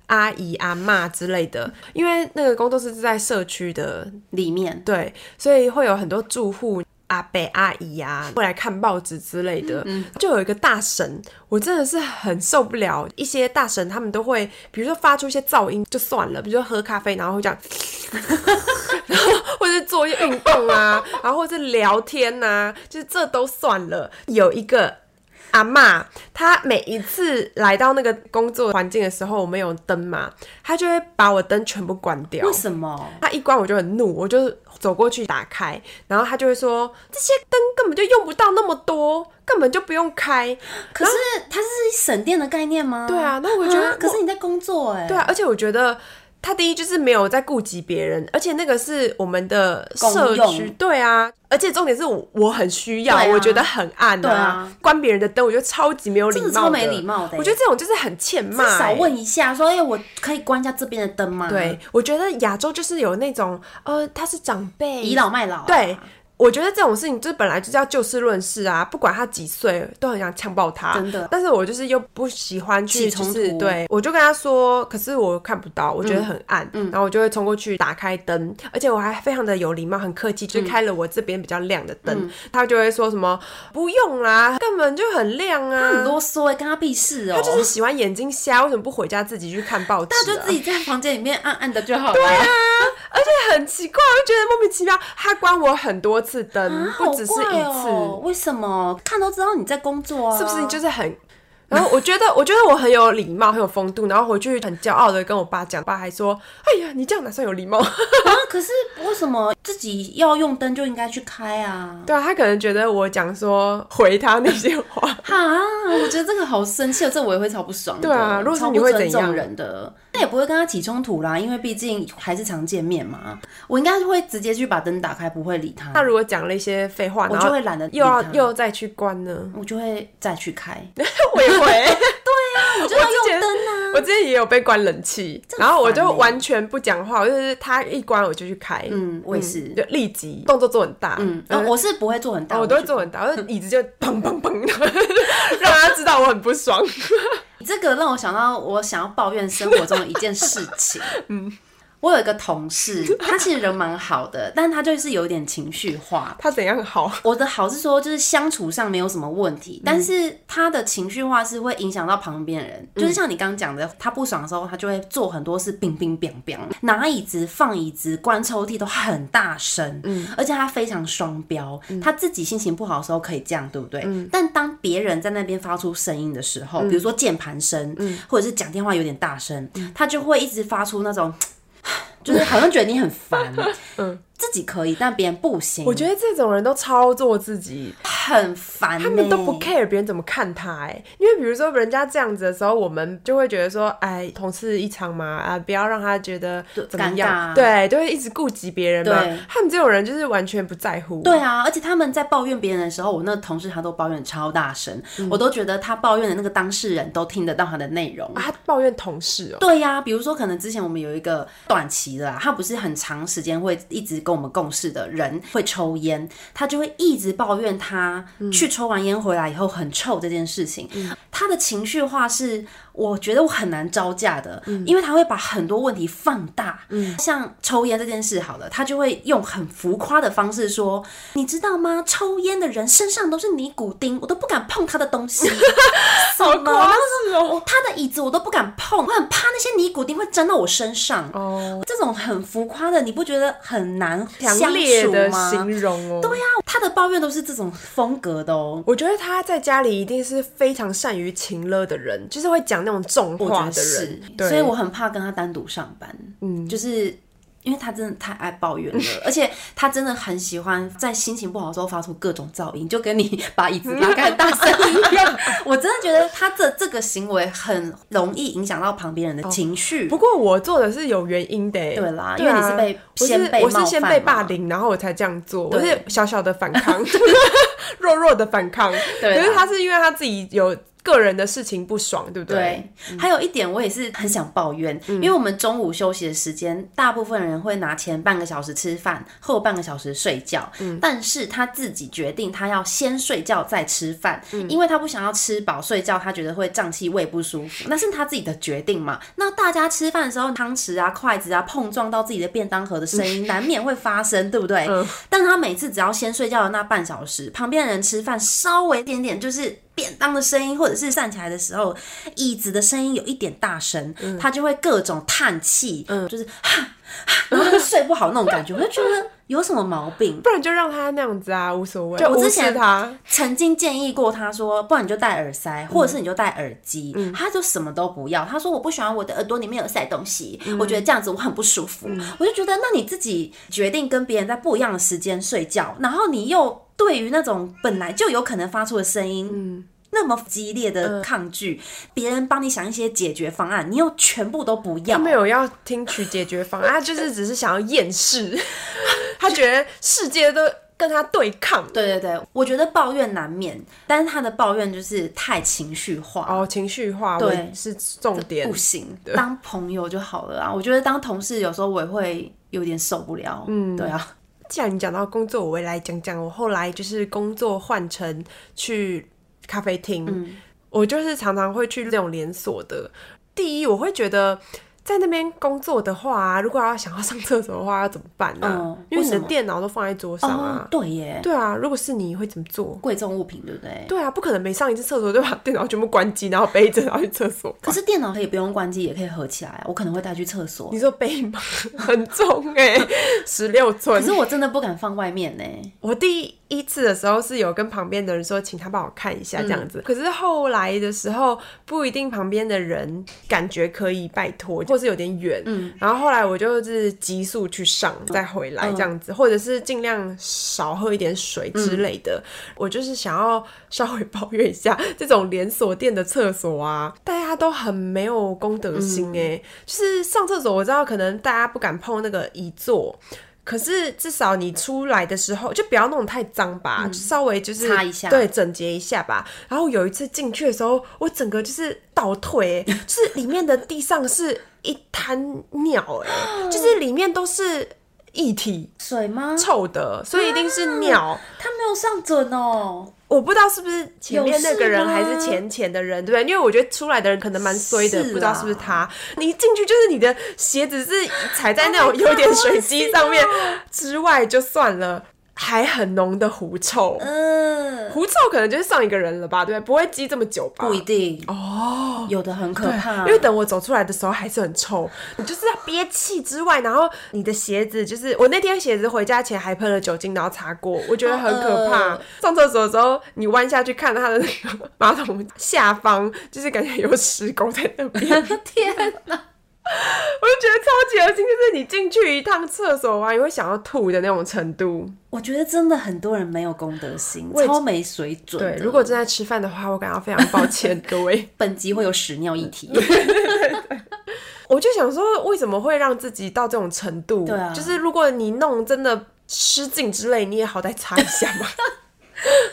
Speaker 1: 阿姨、阿嬷之类的，因为那个工作室是在社区的，
Speaker 2: 里面
Speaker 1: 对，所以会有很多住户。阿伯、阿姨啊，会来看报纸之类的，
Speaker 2: 嗯
Speaker 1: 就有一个大神，我真的是很受不了。一些大神他们都会，比如说发出一些噪音就算了，比如说喝咖啡，然后会这样， [laughs] 然后或者是做一些运动啊，然后或者是聊天呐、就是这都算了。有一个阿嬷，她每一次来到那个工作环境的时候，我们有灯嘛，她就会把我灯全部关掉
Speaker 2: 为。什么？
Speaker 1: 他一关我就很怒，我就走过去打开，然后他就会说这些灯根本就用不到那么多，根本就不用开。
Speaker 2: 可是它是省电的概念吗？
Speaker 1: 对啊那我觉得
Speaker 2: 啊可是你在工作哎、
Speaker 1: 对啊，而且我觉得他第一就是没有在顾及别人，而且那个是我们的社
Speaker 2: 公用
Speaker 1: 区，对啊，而且重点是我我很需要，
Speaker 2: 对啊
Speaker 1: 我觉得很暗
Speaker 2: 对啊
Speaker 1: 关别人的灯，我觉得超级没有礼貌
Speaker 2: 这个
Speaker 1: 的，
Speaker 2: 超没礼貌的
Speaker 1: 我觉得这种就是很欠骂、
Speaker 2: 至少
Speaker 1: 欸
Speaker 2: 问一啊下，说哎、我可以关一下这边的灯吗？
Speaker 1: 对，，我觉得亚洲就是有那种，呃，他是长辈，
Speaker 2: 倚老卖老、啊。
Speaker 1: 对，我觉得这种事情就是本来就是要就事论事啊，不管他几岁，都很想呛爆他。
Speaker 2: 真的
Speaker 1: 但是我就是又不喜欢去，
Speaker 2: 起
Speaker 1: 就
Speaker 2: 冲
Speaker 1: 是
Speaker 2: 突
Speaker 1: 对，我就跟他说，可是我看不到，我觉得
Speaker 2: 嗯
Speaker 1: 很暗，然后我就会冲过去打开灯，而且我还非常的有礼貌，很客
Speaker 2: 嗯
Speaker 1: 气，就是开了我这边比较亮的灯，他就会说什么不用啦，根本就很亮
Speaker 2: 他很
Speaker 1: 啊。
Speaker 2: 啰嗦哎、跟他屁事哦、
Speaker 1: 他就是喜欢眼睛瞎，为什么不回家自己去看报纸、啊？
Speaker 2: 他就自己在房间里面暗暗的就好了。对啊，
Speaker 1: 很奇怪，我就觉得莫名其妙。他关我很多次灯，
Speaker 2: 啊好
Speaker 1: 不只是一
Speaker 2: 怪
Speaker 1: 次。
Speaker 2: 哦为什么看都知道你在工作啊？
Speaker 1: 是不是你就是很？然后我觉得，我觉得我很有礼貌，很有风度。然后回去很骄傲的跟我爸讲，爸还说：“哎呀，你这样哪算有礼貌 [laughs]
Speaker 2: 啊？可是为什么自己要用灯就应该去开啊？”？
Speaker 1: 对啊，他可能觉得我讲说回他那些话， [laughs]
Speaker 2: 哈，我觉得这个好生气哦，这我也会超不爽的。
Speaker 1: 对啊如果是
Speaker 2: 超
Speaker 1: 你
Speaker 2: 不
Speaker 1: 会
Speaker 2: 尊
Speaker 1: 怎样
Speaker 2: 重人的，那也不会跟他起冲突啦，因为毕竟还是常见面嘛。我应该会直接去把灯打开，不会理他。
Speaker 1: 他如果讲了一些废话，
Speaker 2: 我
Speaker 1: 然
Speaker 2: 就
Speaker 1: 后
Speaker 2: 会懒得理
Speaker 1: 又要
Speaker 2: 他
Speaker 1: 又再去关呢
Speaker 2: [laughs] 。我就会再去开， [laughs]
Speaker 1: 我 [laughs] 也会，
Speaker 2: 啊我就要
Speaker 1: 之前
Speaker 2: 用灯啊。
Speaker 1: 我之前也有被关冷气，
Speaker 2: 这很
Speaker 1: 然后我
Speaker 2: 烦
Speaker 1: 就
Speaker 2: 欸
Speaker 1: 完全不讲话，我就是他一关我就去开，
Speaker 2: 嗯，我也是。
Speaker 1: 就立即动作做很大，
Speaker 2: 嗯，呃我是不会做很大，
Speaker 1: 然后我都会
Speaker 2: 就
Speaker 1: 做很大，我就椅子就砰砰砰，然后 [laughs] 让他知道我很不爽。
Speaker 2: 这个让我想到我想要抱怨生活中的一件事情。嗯，我有一个同事，他其实人蛮好的，但他就是有点情绪化。
Speaker 1: 他怎样好？
Speaker 2: 我的好是说，就是相处上没有什么问题，但是他的情绪化是会影响到旁边人。就是像你刚刚讲的，他不爽的时候，他就会做很多事，冰冰冰冰，拿椅子、放椅子、关抽屉都很大声。嗯，而且他非常双标，他自己心情不好的时候可以这样，对不对？但当别人在那边发出声音的时候，比如说键盘声，或者是讲电话有点大声，他就会一直发出那种。 [sighs] 就是好像觉得你很烦，嗯，自己可以，但别人不
Speaker 1: [laughs]
Speaker 2: 行。
Speaker 1: 我觉得这种人都超做自己，
Speaker 2: 很烦、
Speaker 1: 他们都不。care 别人怎么看他哎、因为比如说人家这样子的时候，我们就会觉得说，哎，同事一场嘛，啊，不要让他觉得怎么
Speaker 2: 尴
Speaker 1: 样，
Speaker 2: 尬
Speaker 1: 对，就会一直顾及别人嘛
Speaker 2: 对。
Speaker 1: 他们这种人就是完全不在乎，
Speaker 2: 对啊，而且他们在抱怨别人的时候，我那个同事他都抱怨超大声，
Speaker 1: 嗯
Speaker 2: 我都觉得他抱怨的那个当事人都听得到他的内容。
Speaker 1: 啊，他抱怨同事哦、
Speaker 2: 对呀、比如说可能之前我们有一个短期的啦，啊他不是很长时间会一直跟我们共事的人会抽烟，他就会一直抱怨他去抽完烟回来以后很臭这件事情。他的情绪化是我觉得我很难招架的，因为他会把很多问题放大。像抽烟这件事好了，他就会用很浮夸的方式说：“你知道吗？抽烟的人身上都是尼古丁，我都不敢碰他的东西。”
Speaker 1: 好
Speaker 2: 什么？
Speaker 1: 夸饰哦、
Speaker 2: 我他的椅子我都不敢碰，我很怕那些尼古丁会沾到我身上。
Speaker 1: 哦，
Speaker 2: 这种很浮夸的，你不觉得很难
Speaker 1: 强烈的
Speaker 2: 相处吗？
Speaker 1: 形容哦、对呀、
Speaker 2: 啊他的抱怨都是这种风格的哦。
Speaker 1: 我觉得他在家里一定是非常善于情勒的人，就是会讲那种重
Speaker 2: 我觉
Speaker 1: 话
Speaker 2: 得
Speaker 1: 的
Speaker 2: 是
Speaker 1: 人，，对
Speaker 2: 所以我很怕跟他单独上班。嗯，就是因为他真的太爱抱怨了，
Speaker 1: [laughs]
Speaker 2: 而且他真的很喜欢在心情不好的时候发出各种噪音，就跟你把椅子拉开大声一样。我真的觉得他这这个行为很容易影响到旁边人
Speaker 1: 哦
Speaker 2: 的情绪。
Speaker 1: 不过我做的是有原因的、欸，
Speaker 2: 对啦
Speaker 1: 对啊
Speaker 2: 因为你是被
Speaker 1: 我
Speaker 2: 先被
Speaker 1: 是我是
Speaker 2: 冒
Speaker 1: 先
Speaker 2: 犯
Speaker 1: 被
Speaker 2: 嘛
Speaker 1: 霸凌，然后我才这样做，我
Speaker 2: 对
Speaker 1: [laughs] 是
Speaker 2: [laughs]
Speaker 1: 小小的反抗，弱弱的反抗。
Speaker 2: 对啦啊
Speaker 1: 可是他是因为他自己有个人的事情不爽，对不嗯对？
Speaker 2: 对，还有一点我也是很想抱怨，因为我们中午休息的时间，大部分人会拿前半个小时吃饭，后半个小时睡觉。
Speaker 1: 嗯
Speaker 2: 但是他自己决定他要先睡觉再吃饭，
Speaker 1: 嗯
Speaker 2: 因为他不想要吃饱睡觉，他觉得会胀气、胃不舒服，那是他自己的决定嘛。那大家吃饭的时候，汤匙啊、筷子啊碰撞到自己的便当盒的声
Speaker 1: 嗯
Speaker 2: 音，难免会发生，对不对？但他每次只要先睡觉的那半小时，旁边的人吃饭稍微一点点就是。便当的声音，或者是站起来的时候，椅子的声音有一点大声，他就会各种叹气，就是哈，哈然后就睡不好那种感觉。我就觉得有什么毛病。
Speaker 1: 不然就让他那样子啊，无所谓。
Speaker 2: 我
Speaker 1: 无
Speaker 2: 之
Speaker 1: 视
Speaker 2: 前
Speaker 1: 他，
Speaker 2: 曾经建议过他说，不然你就戴耳
Speaker 1: 嗯
Speaker 2: 塞，或者是你就戴耳机，他就什么都不要。他说我不喜欢我的耳朵里面有塞东西，
Speaker 1: 嗯
Speaker 2: 我觉得这样子我很不舒服。我就觉得那你自己决定跟别人在不一样的时间睡觉，然后你又对于那种本来就有可能发出的声音。
Speaker 1: 嗯
Speaker 2: 那么激烈的抗拒，别、人帮你想一些解决方案，你又全部都不要，
Speaker 1: 没有要听取解决
Speaker 2: [laughs]
Speaker 1: 方案，他就是只是想要厌世，他觉得世界都跟他对抗。
Speaker 2: 对对对，我觉得抱怨难免，但是他的抱怨就是太情绪化，
Speaker 1: 哦，情绪化，
Speaker 2: 对
Speaker 1: 我是重点
Speaker 2: 不。行，当朋友就好了啊。我觉得当同事有时候我也会有点受不了，嗯，
Speaker 1: [laughs]
Speaker 2: 对啊，
Speaker 1: 既然你讲到工作，我也来讲讲我后来就是工作换成去咖啡厅，
Speaker 2: 嗯
Speaker 1: 我就是常常会去这种连锁的。第一，我会觉得。在那边工作的话、如果要想要上厕所的话，要怎么办呢、
Speaker 2: 嗯
Speaker 1: 因为你
Speaker 2: 为
Speaker 1: 的
Speaker 2: 什么
Speaker 1: 电脑都放在桌上
Speaker 2: 哦
Speaker 1: 啊。，
Speaker 2: 对耶，
Speaker 1: 对啊，如果是你会怎么做？
Speaker 2: 贵重物品对不对？
Speaker 1: 对啊，不可能每上一次厕所就把电脑全部关机，然后背着然后去厕所吧
Speaker 2: [laughs] 可是电脑可以不用关机，也可以合起来啊，我可能会带去厕所。
Speaker 1: 你说背吗？很重哎、十六
Speaker 2: 可
Speaker 1: 寸。
Speaker 2: 是我真的不敢放外面呢、
Speaker 1: 我第一次的时候是有跟旁边的人说，请他帮我看一下这样子。可是后来的时候，不一定旁边的人感觉可以拜托，或是有点远。嗯，然后后来我就是急速去上，再回来这样子，或者是尽量少喝一点水之类的。我就是想要稍微抱怨一下 [laughs] 这种连锁店的厕所啊，大家都很没有公德心哎、就是上厕所，我知道可能大家不敢碰那个椅座，可是至少你出来的时候就不要弄得太脏吧，就稍微就是
Speaker 2: 嗯擦一下
Speaker 1: 对，整洁一下吧。然后有一次进去的时候，我整个就是倒退、
Speaker 2: [laughs]
Speaker 1: 欸就是里面的地上是一滩尿、欸，就是里面都是液体。
Speaker 2: 水吗？
Speaker 1: 臭的，所以一定
Speaker 2: 啊
Speaker 1: 是尿。
Speaker 2: 他没有上准哦、
Speaker 1: 我不知道是不是前面那个人
Speaker 2: 有事吗
Speaker 1: 还是前前的人，对不对？因为我觉得出来的人可能蛮衰的，
Speaker 2: 是啊
Speaker 1: 不知道是不是他。你进去就是你的鞋子是踩在那
Speaker 2: 哦
Speaker 1: 种有点水迹上面之外就算了，还很浓的狐臭。
Speaker 2: 嗯，
Speaker 1: 狐臭可能就是上一个人了吧，对不对？不会积这么久吧？
Speaker 2: 不一定哦，有的很可怕，
Speaker 1: 因为等我走出来的时候还是很臭，你就是要憋气之外，然后你的鞋子就是我那天鞋子回家前还喷了酒精，然后擦过，我觉得很可怕。
Speaker 2: 好恶
Speaker 1: 上厕所的时候，你弯下去看它的那个马桶下方，就是感觉有屎狗在那边，
Speaker 2: [laughs]
Speaker 1: 我就
Speaker 2: 天哪，
Speaker 1: 觉得超级恶心。就是你进去一趟厕所啊，你会想要吐的那种程度。
Speaker 2: 我觉得真的很多人没有公德心，
Speaker 1: 也
Speaker 2: 超没水准的。
Speaker 1: 对，如果正在吃饭的话，我感到非常抱
Speaker 2: [laughs]
Speaker 1: 歉各位。
Speaker 2: 本集会有屎尿一
Speaker 1: [laughs]
Speaker 2: 题，
Speaker 1: 我就想说，为什么会让自己到这种程度？
Speaker 2: 对啊
Speaker 1: 就是如果你弄真的失禁之类，你也好歹擦一下
Speaker 2: [laughs]
Speaker 1: 嘛。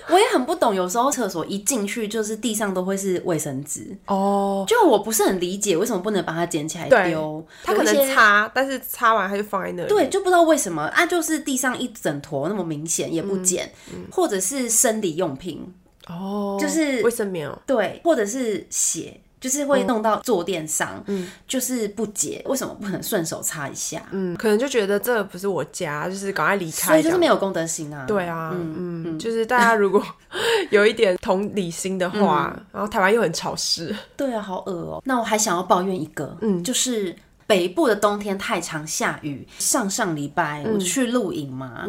Speaker 2: 我也很不懂，有时候厕所一进去就是地上都会是卫生纸，
Speaker 1: 哦，
Speaker 2: 就我不是很理解为什么不能把它捡起来
Speaker 1: 对
Speaker 2: 丢，，
Speaker 1: 他可
Speaker 2: 有一
Speaker 1: 能
Speaker 2: 些。
Speaker 1: 擦，但是擦完他就放在那里。
Speaker 2: 对，就不知道为什么啊，就是地上一整坨那么明显也不
Speaker 1: 嗯
Speaker 2: 捡，或者是生理用品，
Speaker 1: 哦，
Speaker 2: 就是
Speaker 1: 卫生棉哦。
Speaker 2: 对，或者是血，就是
Speaker 1: 嗯
Speaker 2: 会弄到坐垫上，就是不解为什么不能顺手擦一下，
Speaker 1: 嗯，可能就觉得这不是我家，就是赶快离
Speaker 2: 所
Speaker 1: 开这
Speaker 2: 以就是
Speaker 1: 样。
Speaker 2: 没有公德心啊。
Speaker 1: 对啊，嗯，就是大家如果 [laughs] 有一点同理心的话，
Speaker 2: 嗯
Speaker 1: 然后台湾又很潮湿，
Speaker 2: 对啊，好恶哦、那我还想要抱怨一个，嗯，就是北部的冬天太常下雨。上上礼拜我去露营嘛，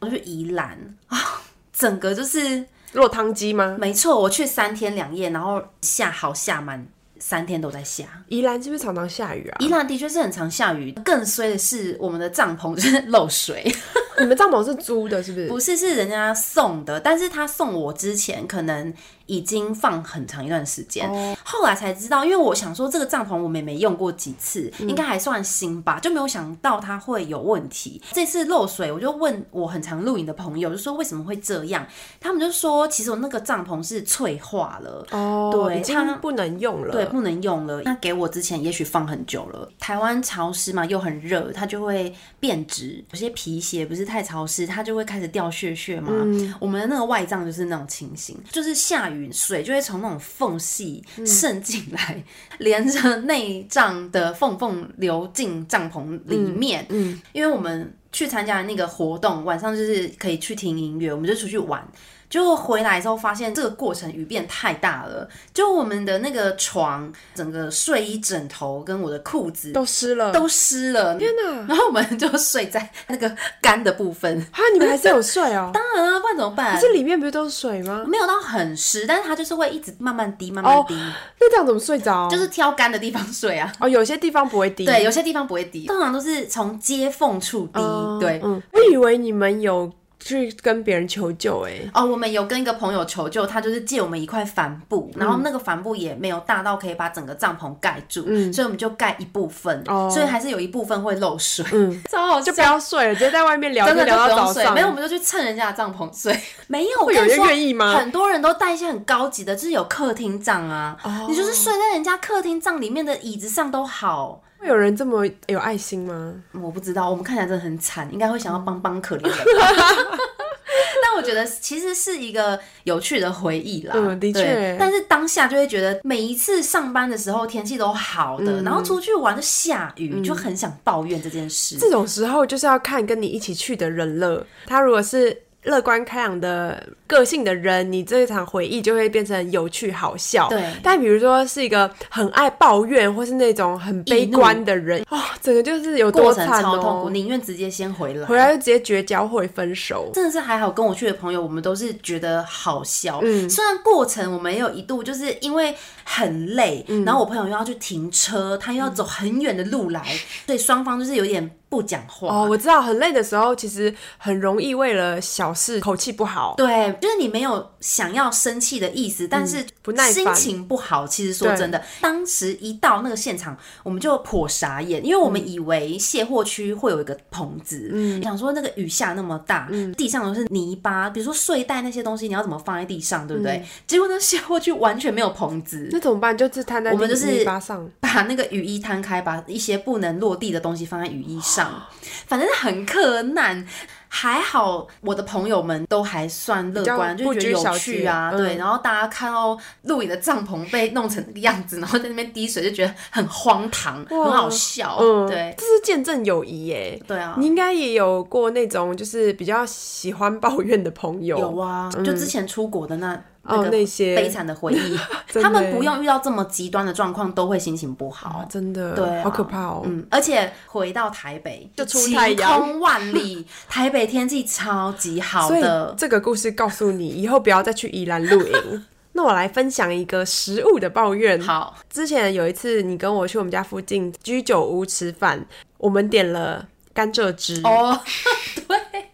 Speaker 2: 我去宜兰啊，整个就是
Speaker 1: 落汤鸡吗？
Speaker 2: 没错，我去三天两夜，然后下好下满三天都在下。
Speaker 1: 宜兰是不是常常下雨啊？
Speaker 2: 宜兰的确是很常下雨，更衰的是我们的帐篷就是漏水，
Speaker 1: 你们帐篷是租的，是不是？
Speaker 2: 不是，是人家送的，但是他送我之前可能已经放很长一段时间，后来才知道，因为我想说这个帐篷我们也没用过几次，应该还算新吧，就没有想到它会有问题。这次漏水，我就问我很常露营的朋友，就说为什么会这样，他们就说其实我那个帐篷是脆化了，
Speaker 1: 哦
Speaker 2: 对
Speaker 1: 已
Speaker 2: 它
Speaker 1: 经不能用了。
Speaker 2: 对，不能用了。那给我之前也许放很久了，台湾潮湿嘛，又很热，它就会变质。有些皮鞋不是太潮湿，它就会开始掉屑屑嘛。
Speaker 1: 嗯
Speaker 2: 我们的那个外帐就是那种情形，就是下雨水就会从那种缝隙
Speaker 1: 嗯
Speaker 2: 渗进来，连着内帐的缝缝流进帐篷里面。
Speaker 1: 嗯，
Speaker 2: 因为我们去参加那个活动，晚上就是可以去听音乐，我们就出去玩。结果回来之后，发现这个过程雨变太大了，就我们的那个床、整个睡衣、枕头跟我的裤子
Speaker 1: 都湿了。
Speaker 2: 都湿了。
Speaker 1: 天哪！
Speaker 2: 然后我们就睡在那个干的部分。
Speaker 1: 啊，你们还是有睡哦。
Speaker 2: 当然啊，不然怎么办
Speaker 1: 可？是里面不是都是水吗？
Speaker 2: 没有到很湿，但是它就是会一直慢慢滴，慢慢滴，
Speaker 1: 那这样怎么睡着？
Speaker 2: 就是挑干的地方睡啊。
Speaker 1: 哦，有些地方不会滴。
Speaker 2: 对，有些地方不会滴，通常都是从接缝处滴。
Speaker 1: 哦
Speaker 2: 对，
Speaker 1: 嗯，我以为你们有去跟别人求救欸诶。
Speaker 2: 哦，我们有跟一个朋友求救，他就是借我们一块帆布，然后那个帆布也没有大到可以把整个帐篷盖住，所以我们就盖一部分，
Speaker 1: 哦
Speaker 2: 所以还是有一部分会漏水，
Speaker 1: 嗯，
Speaker 2: [laughs] 超好
Speaker 1: 就
Speaker 2: 笑
Speaker 1: 不。要睡了，直接在外面聊，
Speaker 2: 真的
Speaker 1: 就
Speaker 2: 就
Speaker 1: 聊
Speaker 2: 不
Speaker 1: 到
Speaker 2: 用
Speaker 1: 早
Speaker 2: 睡，
Speaker 1: 上。
Speaker 2: 没有我们就去蹭人家的帐篷睡。 [laughs] 没有，
Speaker 1: 会有
Speaker 2: 我跟你
Speaker 1: 人
Speaker 2: 说
Speaker 1: 愿意吗
Speaker 2: 很多人都带一些很高级的，就是有客厅帐啊，你就是睡在人家客厅帐里面的椅子上都好。
Speaker 1: 会有人这么有爱心吗？
Speaker 2: 我不知道，我们看起来真的很惨，应该会想要
Speaker 1: 嗯
Speaker 2: 帮帮可怜人 [laughs] 吧。但我觉得其实是一个有趣的回忆啦，
Speaker 1: 嗯的确
Speaker 2: 对但是当下就会觉得每一次上班的时候天气都好
Speaker 1: 嗯
Speaker 2: 的，然后出去玩就下雨，就很想抱怨这件事。
Speaker 1: 这种时候就是要看跟你一起去的人了。他如果是乐观开朗的个性的人，你这场回忆就会变成有趣好笑。
Speaker 2: 对
Speaker 1: 但比如说是一个很爱抱怨或是那种很悲观的人，哦，整个就是有多
Speaker 2: 过程
Speaker 1: 惨
Speaker 2: 超痛苦，
Speaker 1: 哦。
Speaker 2: 宁愿直接先回来。
Speaker 1: 回来就直接绝交或者分手，
Speaker 2: 真的是还好，跟我去的朋友，我们都是觉得好笑。嗯，虽然过程我们也有一度就是因为很累，然后我朋友又要去停车，他又要走很远的路来，所以双方就是有点不讲话。
Speaker 1: 哦，我知道，很累的时候，其实很容易为了小事口气不好。嗯
Speaker 2: 对，就是你没有想要生气的意思，但是
Speaker 1: 不耐烦
Speaker 2: 心情不好。其实说真的，当时一到那个现场，我们就颇傻眼，因为我
Speaker 1: 嗯
Speaker 2: 们以为卸货区会有一个棚子，想说那个雨下那么大，
Speaker 1: 嗯
Speaker 2: 地上都是泥巴，比如说睡袋那些东西，你要怎么放在地上，对不
Speaker 1: 嗯
Speaker 2: 对？结果呢，卸货区完全没有棚子。
Speaker 1: 那怎么办？就是摊在
Speaker 2: 我们
Speaker 1: 泥
Speaker 2: 就是
Speaker 1: 泥巴上，
Speaker 2: 把那个雨衣摊开，把一些不能落地的东西放在雨衣上，反正很困难。还好我的朋友们都还算乐观，
Speaker 1: 比
Speaker 2: 就
Speaker 1: 较
Speaker 2: 觉得有趣啊，
Speaker 1: 不拘小节嗯
Speaker 2: 对。然后大家看到露营的帐篷被弄成那个样子，然后在那边滴水，就觉得很荒唐，很好笑，
Speaker 1: 嗯，
Speaker 2: 对。
Speaker 1: 这是见证友谊耶。
Speaker 2: 对啊，
Speaker 1: 你应该也有过那种就是比较喜欢抱怨的朋友，
Speaker 2: 有啊，就之前出国的那、
Speaker 1: 嗯哦
Speaker 2: 个
Speaker 1: 那些
Speaker 2: 悲惨的回忆，
Speaker 1: [laughs] 真的
Speaker 2: 他们
Speaker 1: 耶
Speaker 2: 不用遇到这么极端的状况，都会心情不好。
Speaker 1: 真的，
Speaker 2: 对啊
Speaker 1: 好可怕哦。
Speaker 2: 嗯，而且回到台北
Speaker 1: 就出太阳
Speaker 2: 晴空万
Speaker 1: [laughs]
Speaker 2: 里，台北天气超级好
Speaker 1: 所以
Speaker 2: 的。
Speaker 1: 这个故事告诉你，以后不要再去宜兰露
Speaker 2: [laughs]
Speaker 1: 营。那我来分享一个食物的抱怨。
Speaker 2: 好，
Speaker 1: 之前有一次，你跟我去我们家附近居酒屋吃饭，我们点了甘蔗汁，
Speaker 2: 哦，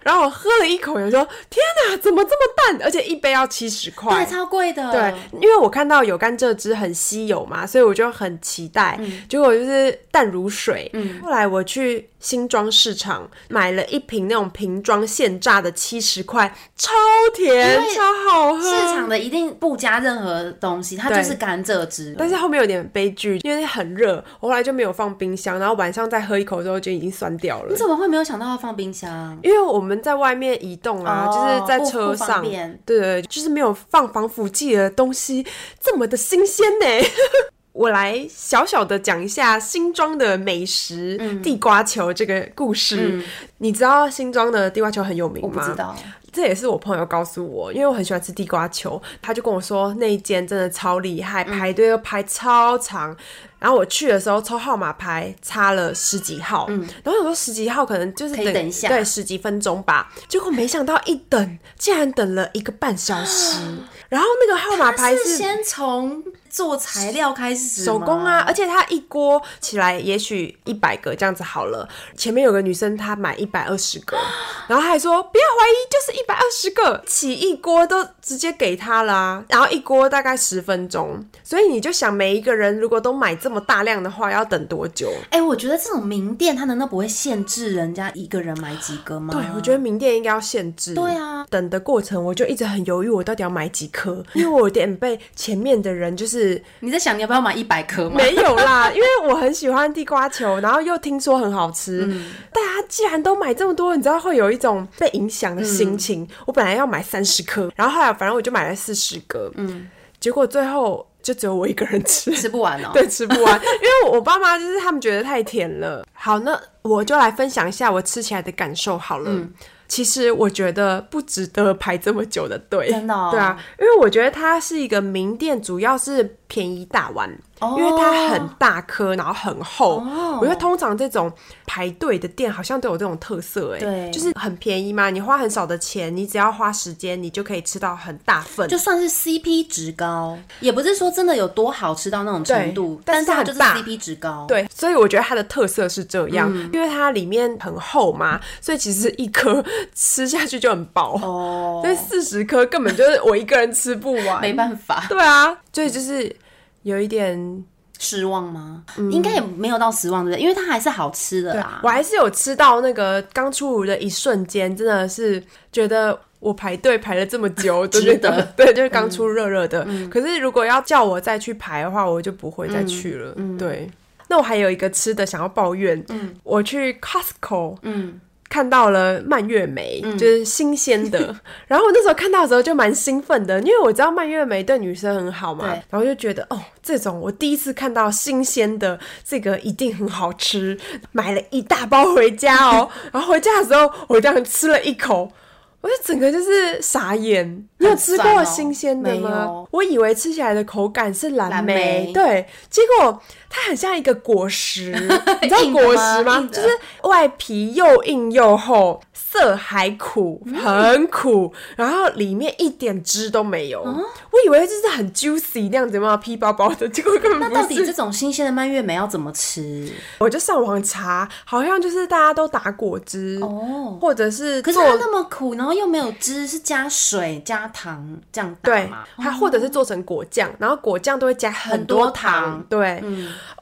Speaker 1: 然后我喝了一口，我说：“天哪，怎么这么淡？而且一杯要七十块
Speaker 2: 对，。”超贵的，
Speaker 1: 对，因为我看到有甘蔗汁很稀有嘛，所以我就很期待。
Speaker 2: 嗯
Speaker 1: 结果就是淡如水。后来我去新庄市场买了一瓶那种瓶装现榨的，七十块，超甜
Speaker 2: 因为，
Speaker 1: 超好喝。
Speaker 2: 市场的一定不加任何东西，它
Speaker 1: 对
Speaker 2: 就是甘蔗汁。
Speaker 1: 但是后面有点悲剧，因为很热，我后来就没有放冰箱，然后晚上再喝一口之后就已经酸掉了
Speaker 2: 你。怎么会没有想到要放冰箱？
Speaker 1: 因为我们在外面移动啊，
Speaker 2: 哦
Speaker 1: 就是在
Speaker 2: 不
Speaker 1: 车
Speaker 2: 不方
Speaker 1: 上，
Speaker 2: 便
Speaker 1: 对对，就是没有放防腐剂的东西这么的新鲜呢。 [laughs] 我来小小的讲一下新庄的美食、
Speaker 2: 嗯
Speaker 1: 地瓜球这个故事。你知道新庄的地瓜球很有名
Speaker 2: 我不
Speaker 1: 吗？
Speaker 2: 知道，
Speaker 1: 这也是我朋友告诉我，因为我很喜欢吃地瓜球，他就跟我说那一间真的超厉害，
Speaker 2: 嗯
Speaker 1: 排队要排超长。然后我去的时候抽号码牌，差了十几号，然后我说十几号可能就是
Speaker 2: 嗯可以等一下
Speaker 1: 对，十几分钟吧。结果没想到一等竟然等了一个半小时，然后那个号码牌
Speaker 2: 啊它是
Speaker 1: 是
Speaker 2: 先从做材料开始，
Speaker 1: 手工啊，，而且它一锅起来也许一百个这样子好了。前面有个女生她买一百二十
Speaker 2: [gasps]
Speaker 1: 个，然后她还说不要怀疑，就是一百二十个，起一锅都直接给她啦、然后一锅大概十分钟，所以你就想每一个人如果都买这么大量的话，要等多久？
Speaker 2: 哎、我觉得这种名店，它难道不会限制人家一个人买几个吗？
Speaker 1: 对，我觉得名店应该要限制。
Speaker 2: 啊对啊
Speaker 1: 等的过程我就一直很犹豫，我到底要买几颗，因为我有点被前面的人就是
Speaker 2: 你在想你要不要买一百颗吗？
Speaker 1: 没有啦，因为我很喜欢地瓜球，然后又听说很好吃。大家既然都买这么多，你知道会有一种被影响的心情。我本来要买三十颗，然后后来反正我就买了四十个，嗯，结果最后就只有我一个人吃。
Speaker 2: 吃不完哦、
Speaker 1: 对，吃不完，因为我爸妈就是他们觉得太甜了。好，那我就来分享一下我吃起来的感受好了。
Speaker 2: 嗯
Speaker 1: 其实我觉得不值得排这么久的队，
Speaker 2: 真的哦
Speaker 1: 对啊，因为我觉得它是一个名店，主要是便宜大碗，
Speaker 2: 哦
Speaker 1: 因为它很大颗，然后很厚。我觉得通常这种排队的店好像都有这种特色、哎，
Speaker 2: 对
Speaker 1: 就是很便宜嘛，你花很少的钱，你只要花时间，你就可以吃到很大份，
Speaker 2: 就算是 CP 值高，也不是说真的有多好吃到那种程度
Speaker 1: 对，
Speaker 2: 但是它
Speaker 1: 但
Speaker 2: 就是是
Speaker 1: 它很
Speaker 2: CP 值高。，
Speaker 1: 对，所以我觉得它的特色是这样，
Speaker 2: 嗯
Speaker 1: 因为它里面很厚嘛，所以其实一颗吃下去就很饱，
Speaker 2: 哦
Speaker 1: 所以四十颗根本就是我一个人吃不完。
Speaker 2: 没办法，
Speaker 1: 对啊，所以就是有一点，
Speaker 2: 失望吗？
Speaker 1: 嗯
Speaker 2: 应该也没有到失望，对不对？因为它还是好吃的啦。
Speaker 1: 我还是有吃到那个刚出炉的一瞬间，真的是觉得。我排队排了这么
Speaker 2: [laughs]
Speaker 1: 久，就觉
Speaker 2: 值得嗯
Speaker 1: 得 [laughs] 对，就是刚出热热的。可是如果要叫我再去排的话，我就不会再去了。
Speaker 2: 嗯
Speaker 1: 对，那我还有一个吃的想要抱怨，我去 Costco，
Speaker 2: 嗯，
Speaker 1: 看到了蔓越莓，就是新鲜
Speaker 2: [laughs]
Speaker 1: 的。然后我那时候看到的时候就蛮兴奋的，因为我知道蔓越莓对女生很好嘛
Speaker 2: 对，
Speaker 1: 然后就觉得哦，这种我第一次看到新鲜的，这个一定很好吃，买了一大包回家
Speaker 2: [laughs]
Speaker 1: 哦。然后回家的时候，我这样吃了一口。我就整个就是傻眼，你有吃
Speaker 2: 酸
Speaker 1: 过
Speaker 2: 哦
Speaker 1: 新鲜的
Speaker 2: 没
Speaker 1: 吗
Speaker 2: 有？
Speaker 1: 我以为吃起来的口感是蓝
Speaker 2: 蓝
Speaker 1: 莓，
Speaker 2: 莓
Speaker 1: 对，结果它很像一个果
Speaker 2: [laughs]
Speaker 1: 实，你知道
Speaker 2: 硬的
Speaker 1: 果
Speaker 2: 吗
Speaker 1: 实吗？
Speaker 2: 硬的
Speaker 1: 就是外皮又硬又厚，色还苦，很苦，然后里面一点汁都没有。
Speaker 2: 啊
Speaker 1: 我以为就是很 juicy 那样
Speaker 2: [laughs]
Speaker 1: 子嘛，皮薄薄的，结果根
Speaker 2: 那
Speaker 1: 本
Speaker 2: 到
Speaker 1: 不
Speaker 2: 底
Speaker 1: 是。
Speaker 2: 这种新鲜的蔓越莓要怎么吃？
Speaker 1: 我就上网查，好像就是大家都打果汁，
Speaker 2: 哦
Speaker 1: 或者是
Speaker 2: 可是
Speaker 1: 做
Speaker 2: 它那么苦，然后又没有汁，是加水加糖这样打
Speaker 1: 对
Speaker 2: 吗？，
Speaker 1: 它或者是做成果酱，然后果酱都会加很
Speaker 2: 多
Speaker 1: 糖。
Speaker 2: 糖嗯
Speaker 1: 对，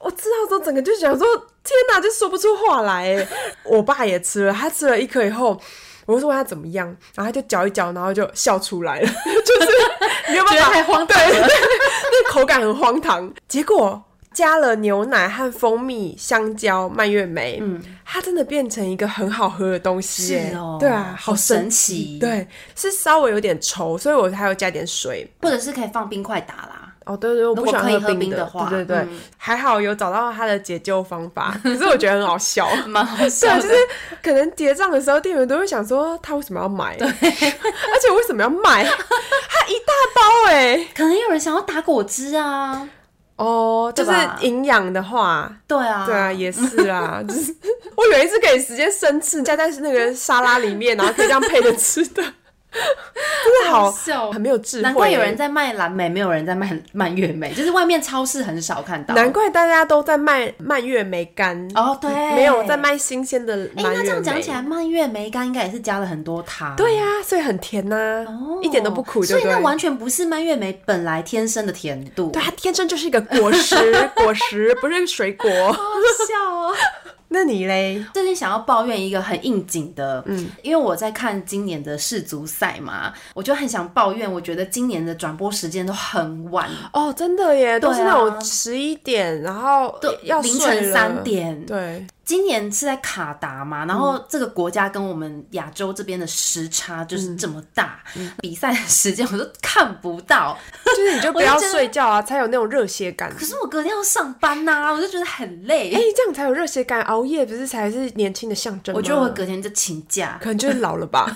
Speaker 1: 我知道之后整个就想说，天哪，就说不出话来哎。 [laughs] 我爸也吃了，他吃了一颗以后。我就问他怎么样，然后他就嚼一嚼，然后就笑出来了， [laughs] 就是没有办
Speaker 2: 觉
Speaker 1: 法，
Speaker 2: 得太荒唐
Speaker 1: 对， [laughs] 那口感很荒唐。结果加了牛奶和蜂蜜、香蕉、蔓越莓，嗯，它真的变成一个很好喝的东西耶，
Speaker 2: 是哦
Speaker 1: 对啊，
Speaker 2: 好
Speaker 1: 神
Speaker 2: 神奇
Speaker 1: 对，是稍微有点稠，所以我还要加点水，
Speaker 2: 或者是可以放冰块打啦。
Speaker 1: 哦，对对，我不
Speaker 2: 果
Speaker 1: 喜欢
Speaker 2: 可以喝
Speaker 1: 冰
Speaker 2: 冰
Speaker 1: 的
Speaker 2: 的话嗯
Speaker 1: 对对对，还好有找到他的解救方
Speaker 2: [laughs]
Speaker 1: 法，可是我觉得很好笑。
Speaker 2: 蛮好
Speaker 1: 对，
Speaker 2: 笑
Speaker 1: 就是可能结账的时候，店员都会想说他为什么要买， [laughs] 而且为什么要
Speaker 2: [laughs]
Speaker 1: 卖？他一大包哎、
Speaker 2: 可能有人想要打果汁啊，
Speaker 1: 哦，就
Speaker 2: 对
Speaker 1: 是
Speaker 2: 吧
Speaker 1: 营养的话，
Speaker 2: 对啊，
Speaker 1: 对啊，也是啊， [laughs] 就是我有一次可以直接生吃，加在那个沙拉里面，然后可以这样配着吃的， [laughs] 真的好
Speaker 2: 好笑
Speaker 1: 很没有智慧欸。
Speaker 2: 难怪有人在卖蓝莓，没有人在卖 [laughs] 蔓越莓，就是外面超市很少看到。
Speaker 1: 难怪大家都在卖蔓越莓干
Speaker 2: 哦，对，
Speaker 1: 没有在。卖新鲜的
Speaker 2: 哎、
Speaker 1: 蔓
Speaker 2: 那这
Speaker 1: 越
Speaker 2: 样
Speaker 1: 莓。
Speaker 2: 讲起来，蔓越莓干应该也是加了很多糖。
Speaker 1: 对呀、所以很甜呐、
Speaker 2: 哦
Speaker 1: 一点都不苦，
Speaker 2: 所
Speaker 1: 对
Speaker 2: 以
Speaker 1: 不
Speaker 2: 那
Speaker 1: 对？
Speaker 2: 完全不是蔓越莓本来天生的甜度。
Speaker 1: 对，它天生就是一个果
Speaker 2: [laughs]
Speaker 1: 实，果实不是水果。
Speaker 2: 好笑哦！ [laughs]
Speaker 1: 那你嘞？
Speaker 2: 最近想要抱怨一个很应景的，嗯，因为我在看今年的世足赛嘛，我就很想抱怨，我觉得今年的转播时间都很晚，
Speaker 1: 哦，真的耶，都是
Speaker 2: 对啊
Speaker 1: 那种十一点，然后
Speaker 2: 都
Speaker 1: 要
Speaker 2: 凌
Speaker 1: 睡
Speaker 2: 晨
Speaker 1: 了
Speaker 2: 三。点，
Speaker 1: 对，
Speaker 2: 今年是在卡达嘛，然后这个国家跟我们亚洲这边的时差就是这么大，比赛的时间我都看不到。
Speaker 1: 就是你就不要
Speaker 2: 我就觉得
Speaker 1: 睡觉啊，才有那种热血感。
Speaker 2: 可是我隔天要上班呐、我就觉得很累。
Speaker 1: 哎、这样才有热血感，熬夜不是才是年轻的象征吗
Speaker 2: 我觉得我隔天就请假， [laughs]
Speaker 1: 可能就是老了吧。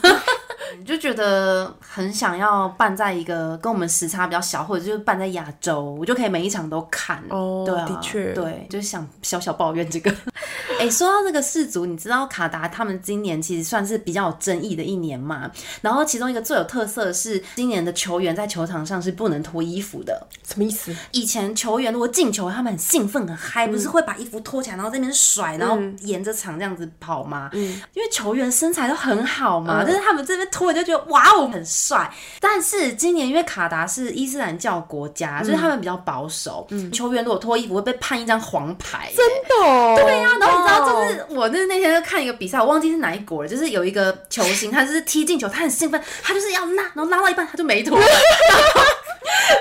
Speaker 2: 你就觉得很想要办在一个跟我们时差比较小，或者就是办在亚洲，我就可以每一场都看。
Speaker 1: 哦
Speaker 2: 对啊，
Speaker 1: 的确
Speaker 2: 对，就是想小小抱怨这个。 [laughs] 哎、说到这个氏族，你知道卡达他们今年其实算是比较有争议的一年嘛？然后其中一个最有特色的是，今年的球员在球场上是不能脱衣服的。
Speaker 1: 什么意思？
Speaker 2: 以前球员如果进球，他们很兴奋很
Speaker 1: 嗯
Speaker 2: 嗨，不是会把衣服脱起来，然后在那边甩，然后沿着场这样子跑吗？
Speaker 1: 嗯
Speaker 2: 因为球员身材都很好嘛，但是他们这边脱了就觉得哇哦很帅。但是今年因为卡达是伊斯兰教国家，
Speaker 1: 嗯
Speaker 2: 所以他们比较保守，球员如果脱衣服会被判一张黄牌、欸
Speaker 1: 真的、哦？对
Speaker 2: 对呀、然后你知道，就是我那那天就看一个比赛，我忘记是哪一国了，就是有一个球星，他就是踢进球，他很兴奋，他就是要拉，然后拉到一半他就没脱了。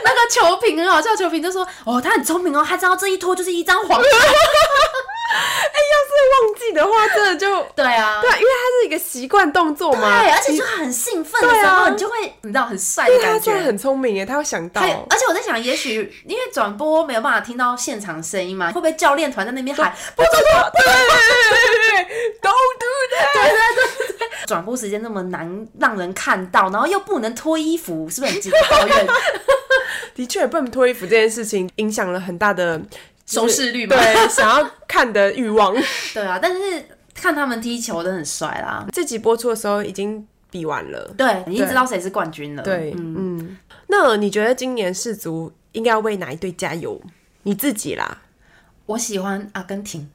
Speaker 2: 那个球评很好笑，球评就说：“哦，他很聪明哦，他知道这一脱就是一张黄牌。
Speaker 1: 忘记的话，真的就”
Speaker 2: [laughs] 对啊
Speaker 1: 对，，啊，因为它是一个习惯动作嘛。
Speaker 2: 对，而且就很兴奋的
Speaker 1: 对
Speaker 2: 时
Speaker 1: 啊
Speaker 2: 候，你就会你知道啊很帅的
Speaker 1: 因为他
Speaker 2: 感
Speaker 1: 真的
Speaker 2: 觉。
Speaker 1: 很聪明耶，他会想到
Speaker 2: 还。有，而且我在想，也许因为转播没有办法听到现场声音嘛，会不会教练团在那边喊
Speaker 1: 不不不，对对对对对，Don't do that。
Speaker 2: 转播时间那么难让人看到，然后又不能脱衣服，是不是很值得抱 [laughs] 怨？
Speaker 1: 的确，不能脱衣服这件事情影响了很大的
Speaker 2: 收视率嘛
Speaker 1: 对，想要看的欲望。
Speaker 2: 对啊，但是看他们踢球真的很帅啦。
Speaker 1: 这集播出的时候已经比完了。
Speaker 2: 对，你已经
Speaker 1: 对
Speaker 2: 知道谁是冠军了。
Speaker 1: 对，
Speaker 2: 嗯
Speaker 1: 嗯那你觉得今年世足应该要为哪一队加油？你自己啦？
Speaker 2: 我喜欢阿根廷，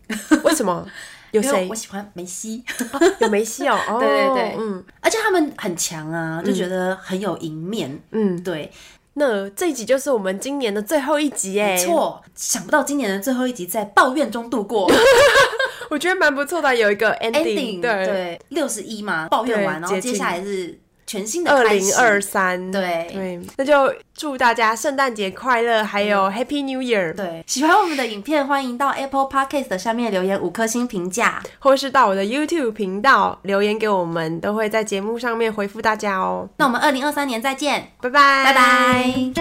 Speaker 1: 为什么？有
Speaker 2: 因为
Speaker 1: 啊谁
Speaker 2: 我？喜欢梅西， [laughs]
Speaker 1: 有梅西哦？哦，
Speaker 2: 对对对
Speaker 1: 嗯
Speaker 2: 而且他们很强啊，就觉得很有赢面。
Speaker 1: 嗯。
Speaker 2: 对，
Speaker 1: 那这一集就是我们今年的最后一集耶，
Speaker 2: 没，错，想不到今年的最后一集在抱怨中
Speaker 1: [laughs]
Speaker 2: 度过
Speaker 1: 我觉得蛮不错的，有一个
Speaker 2: ，ending
Speaker 1: ending，对，
Speaker 2: 对六十一嘛，抱怨完，
Speaker 1: 对
Speaker 2: 然后
Speaker 1: 接近
Speaker 2: 接下来是全新的
Speaker 1: 二
Speaker 2: 开始
Speaker 1: 零二三，
Speaker 2: 对
Speaker 1: 对，那就祝大家圣诞节快乐，还有 Happy New Year，
Speaker 2: 嗯对，喜欢我们的影片，欢迎到 Apple Podcast 的下面留言五颗星评价。
Speaker 1: 或是到我的 YouTube 频道留言给我们，都会在节目上面回复大家哦。
Speaker 2: 那我们二零二三年再见，
Speaker 1: 拜拜，
Speaker 2: 拜拜。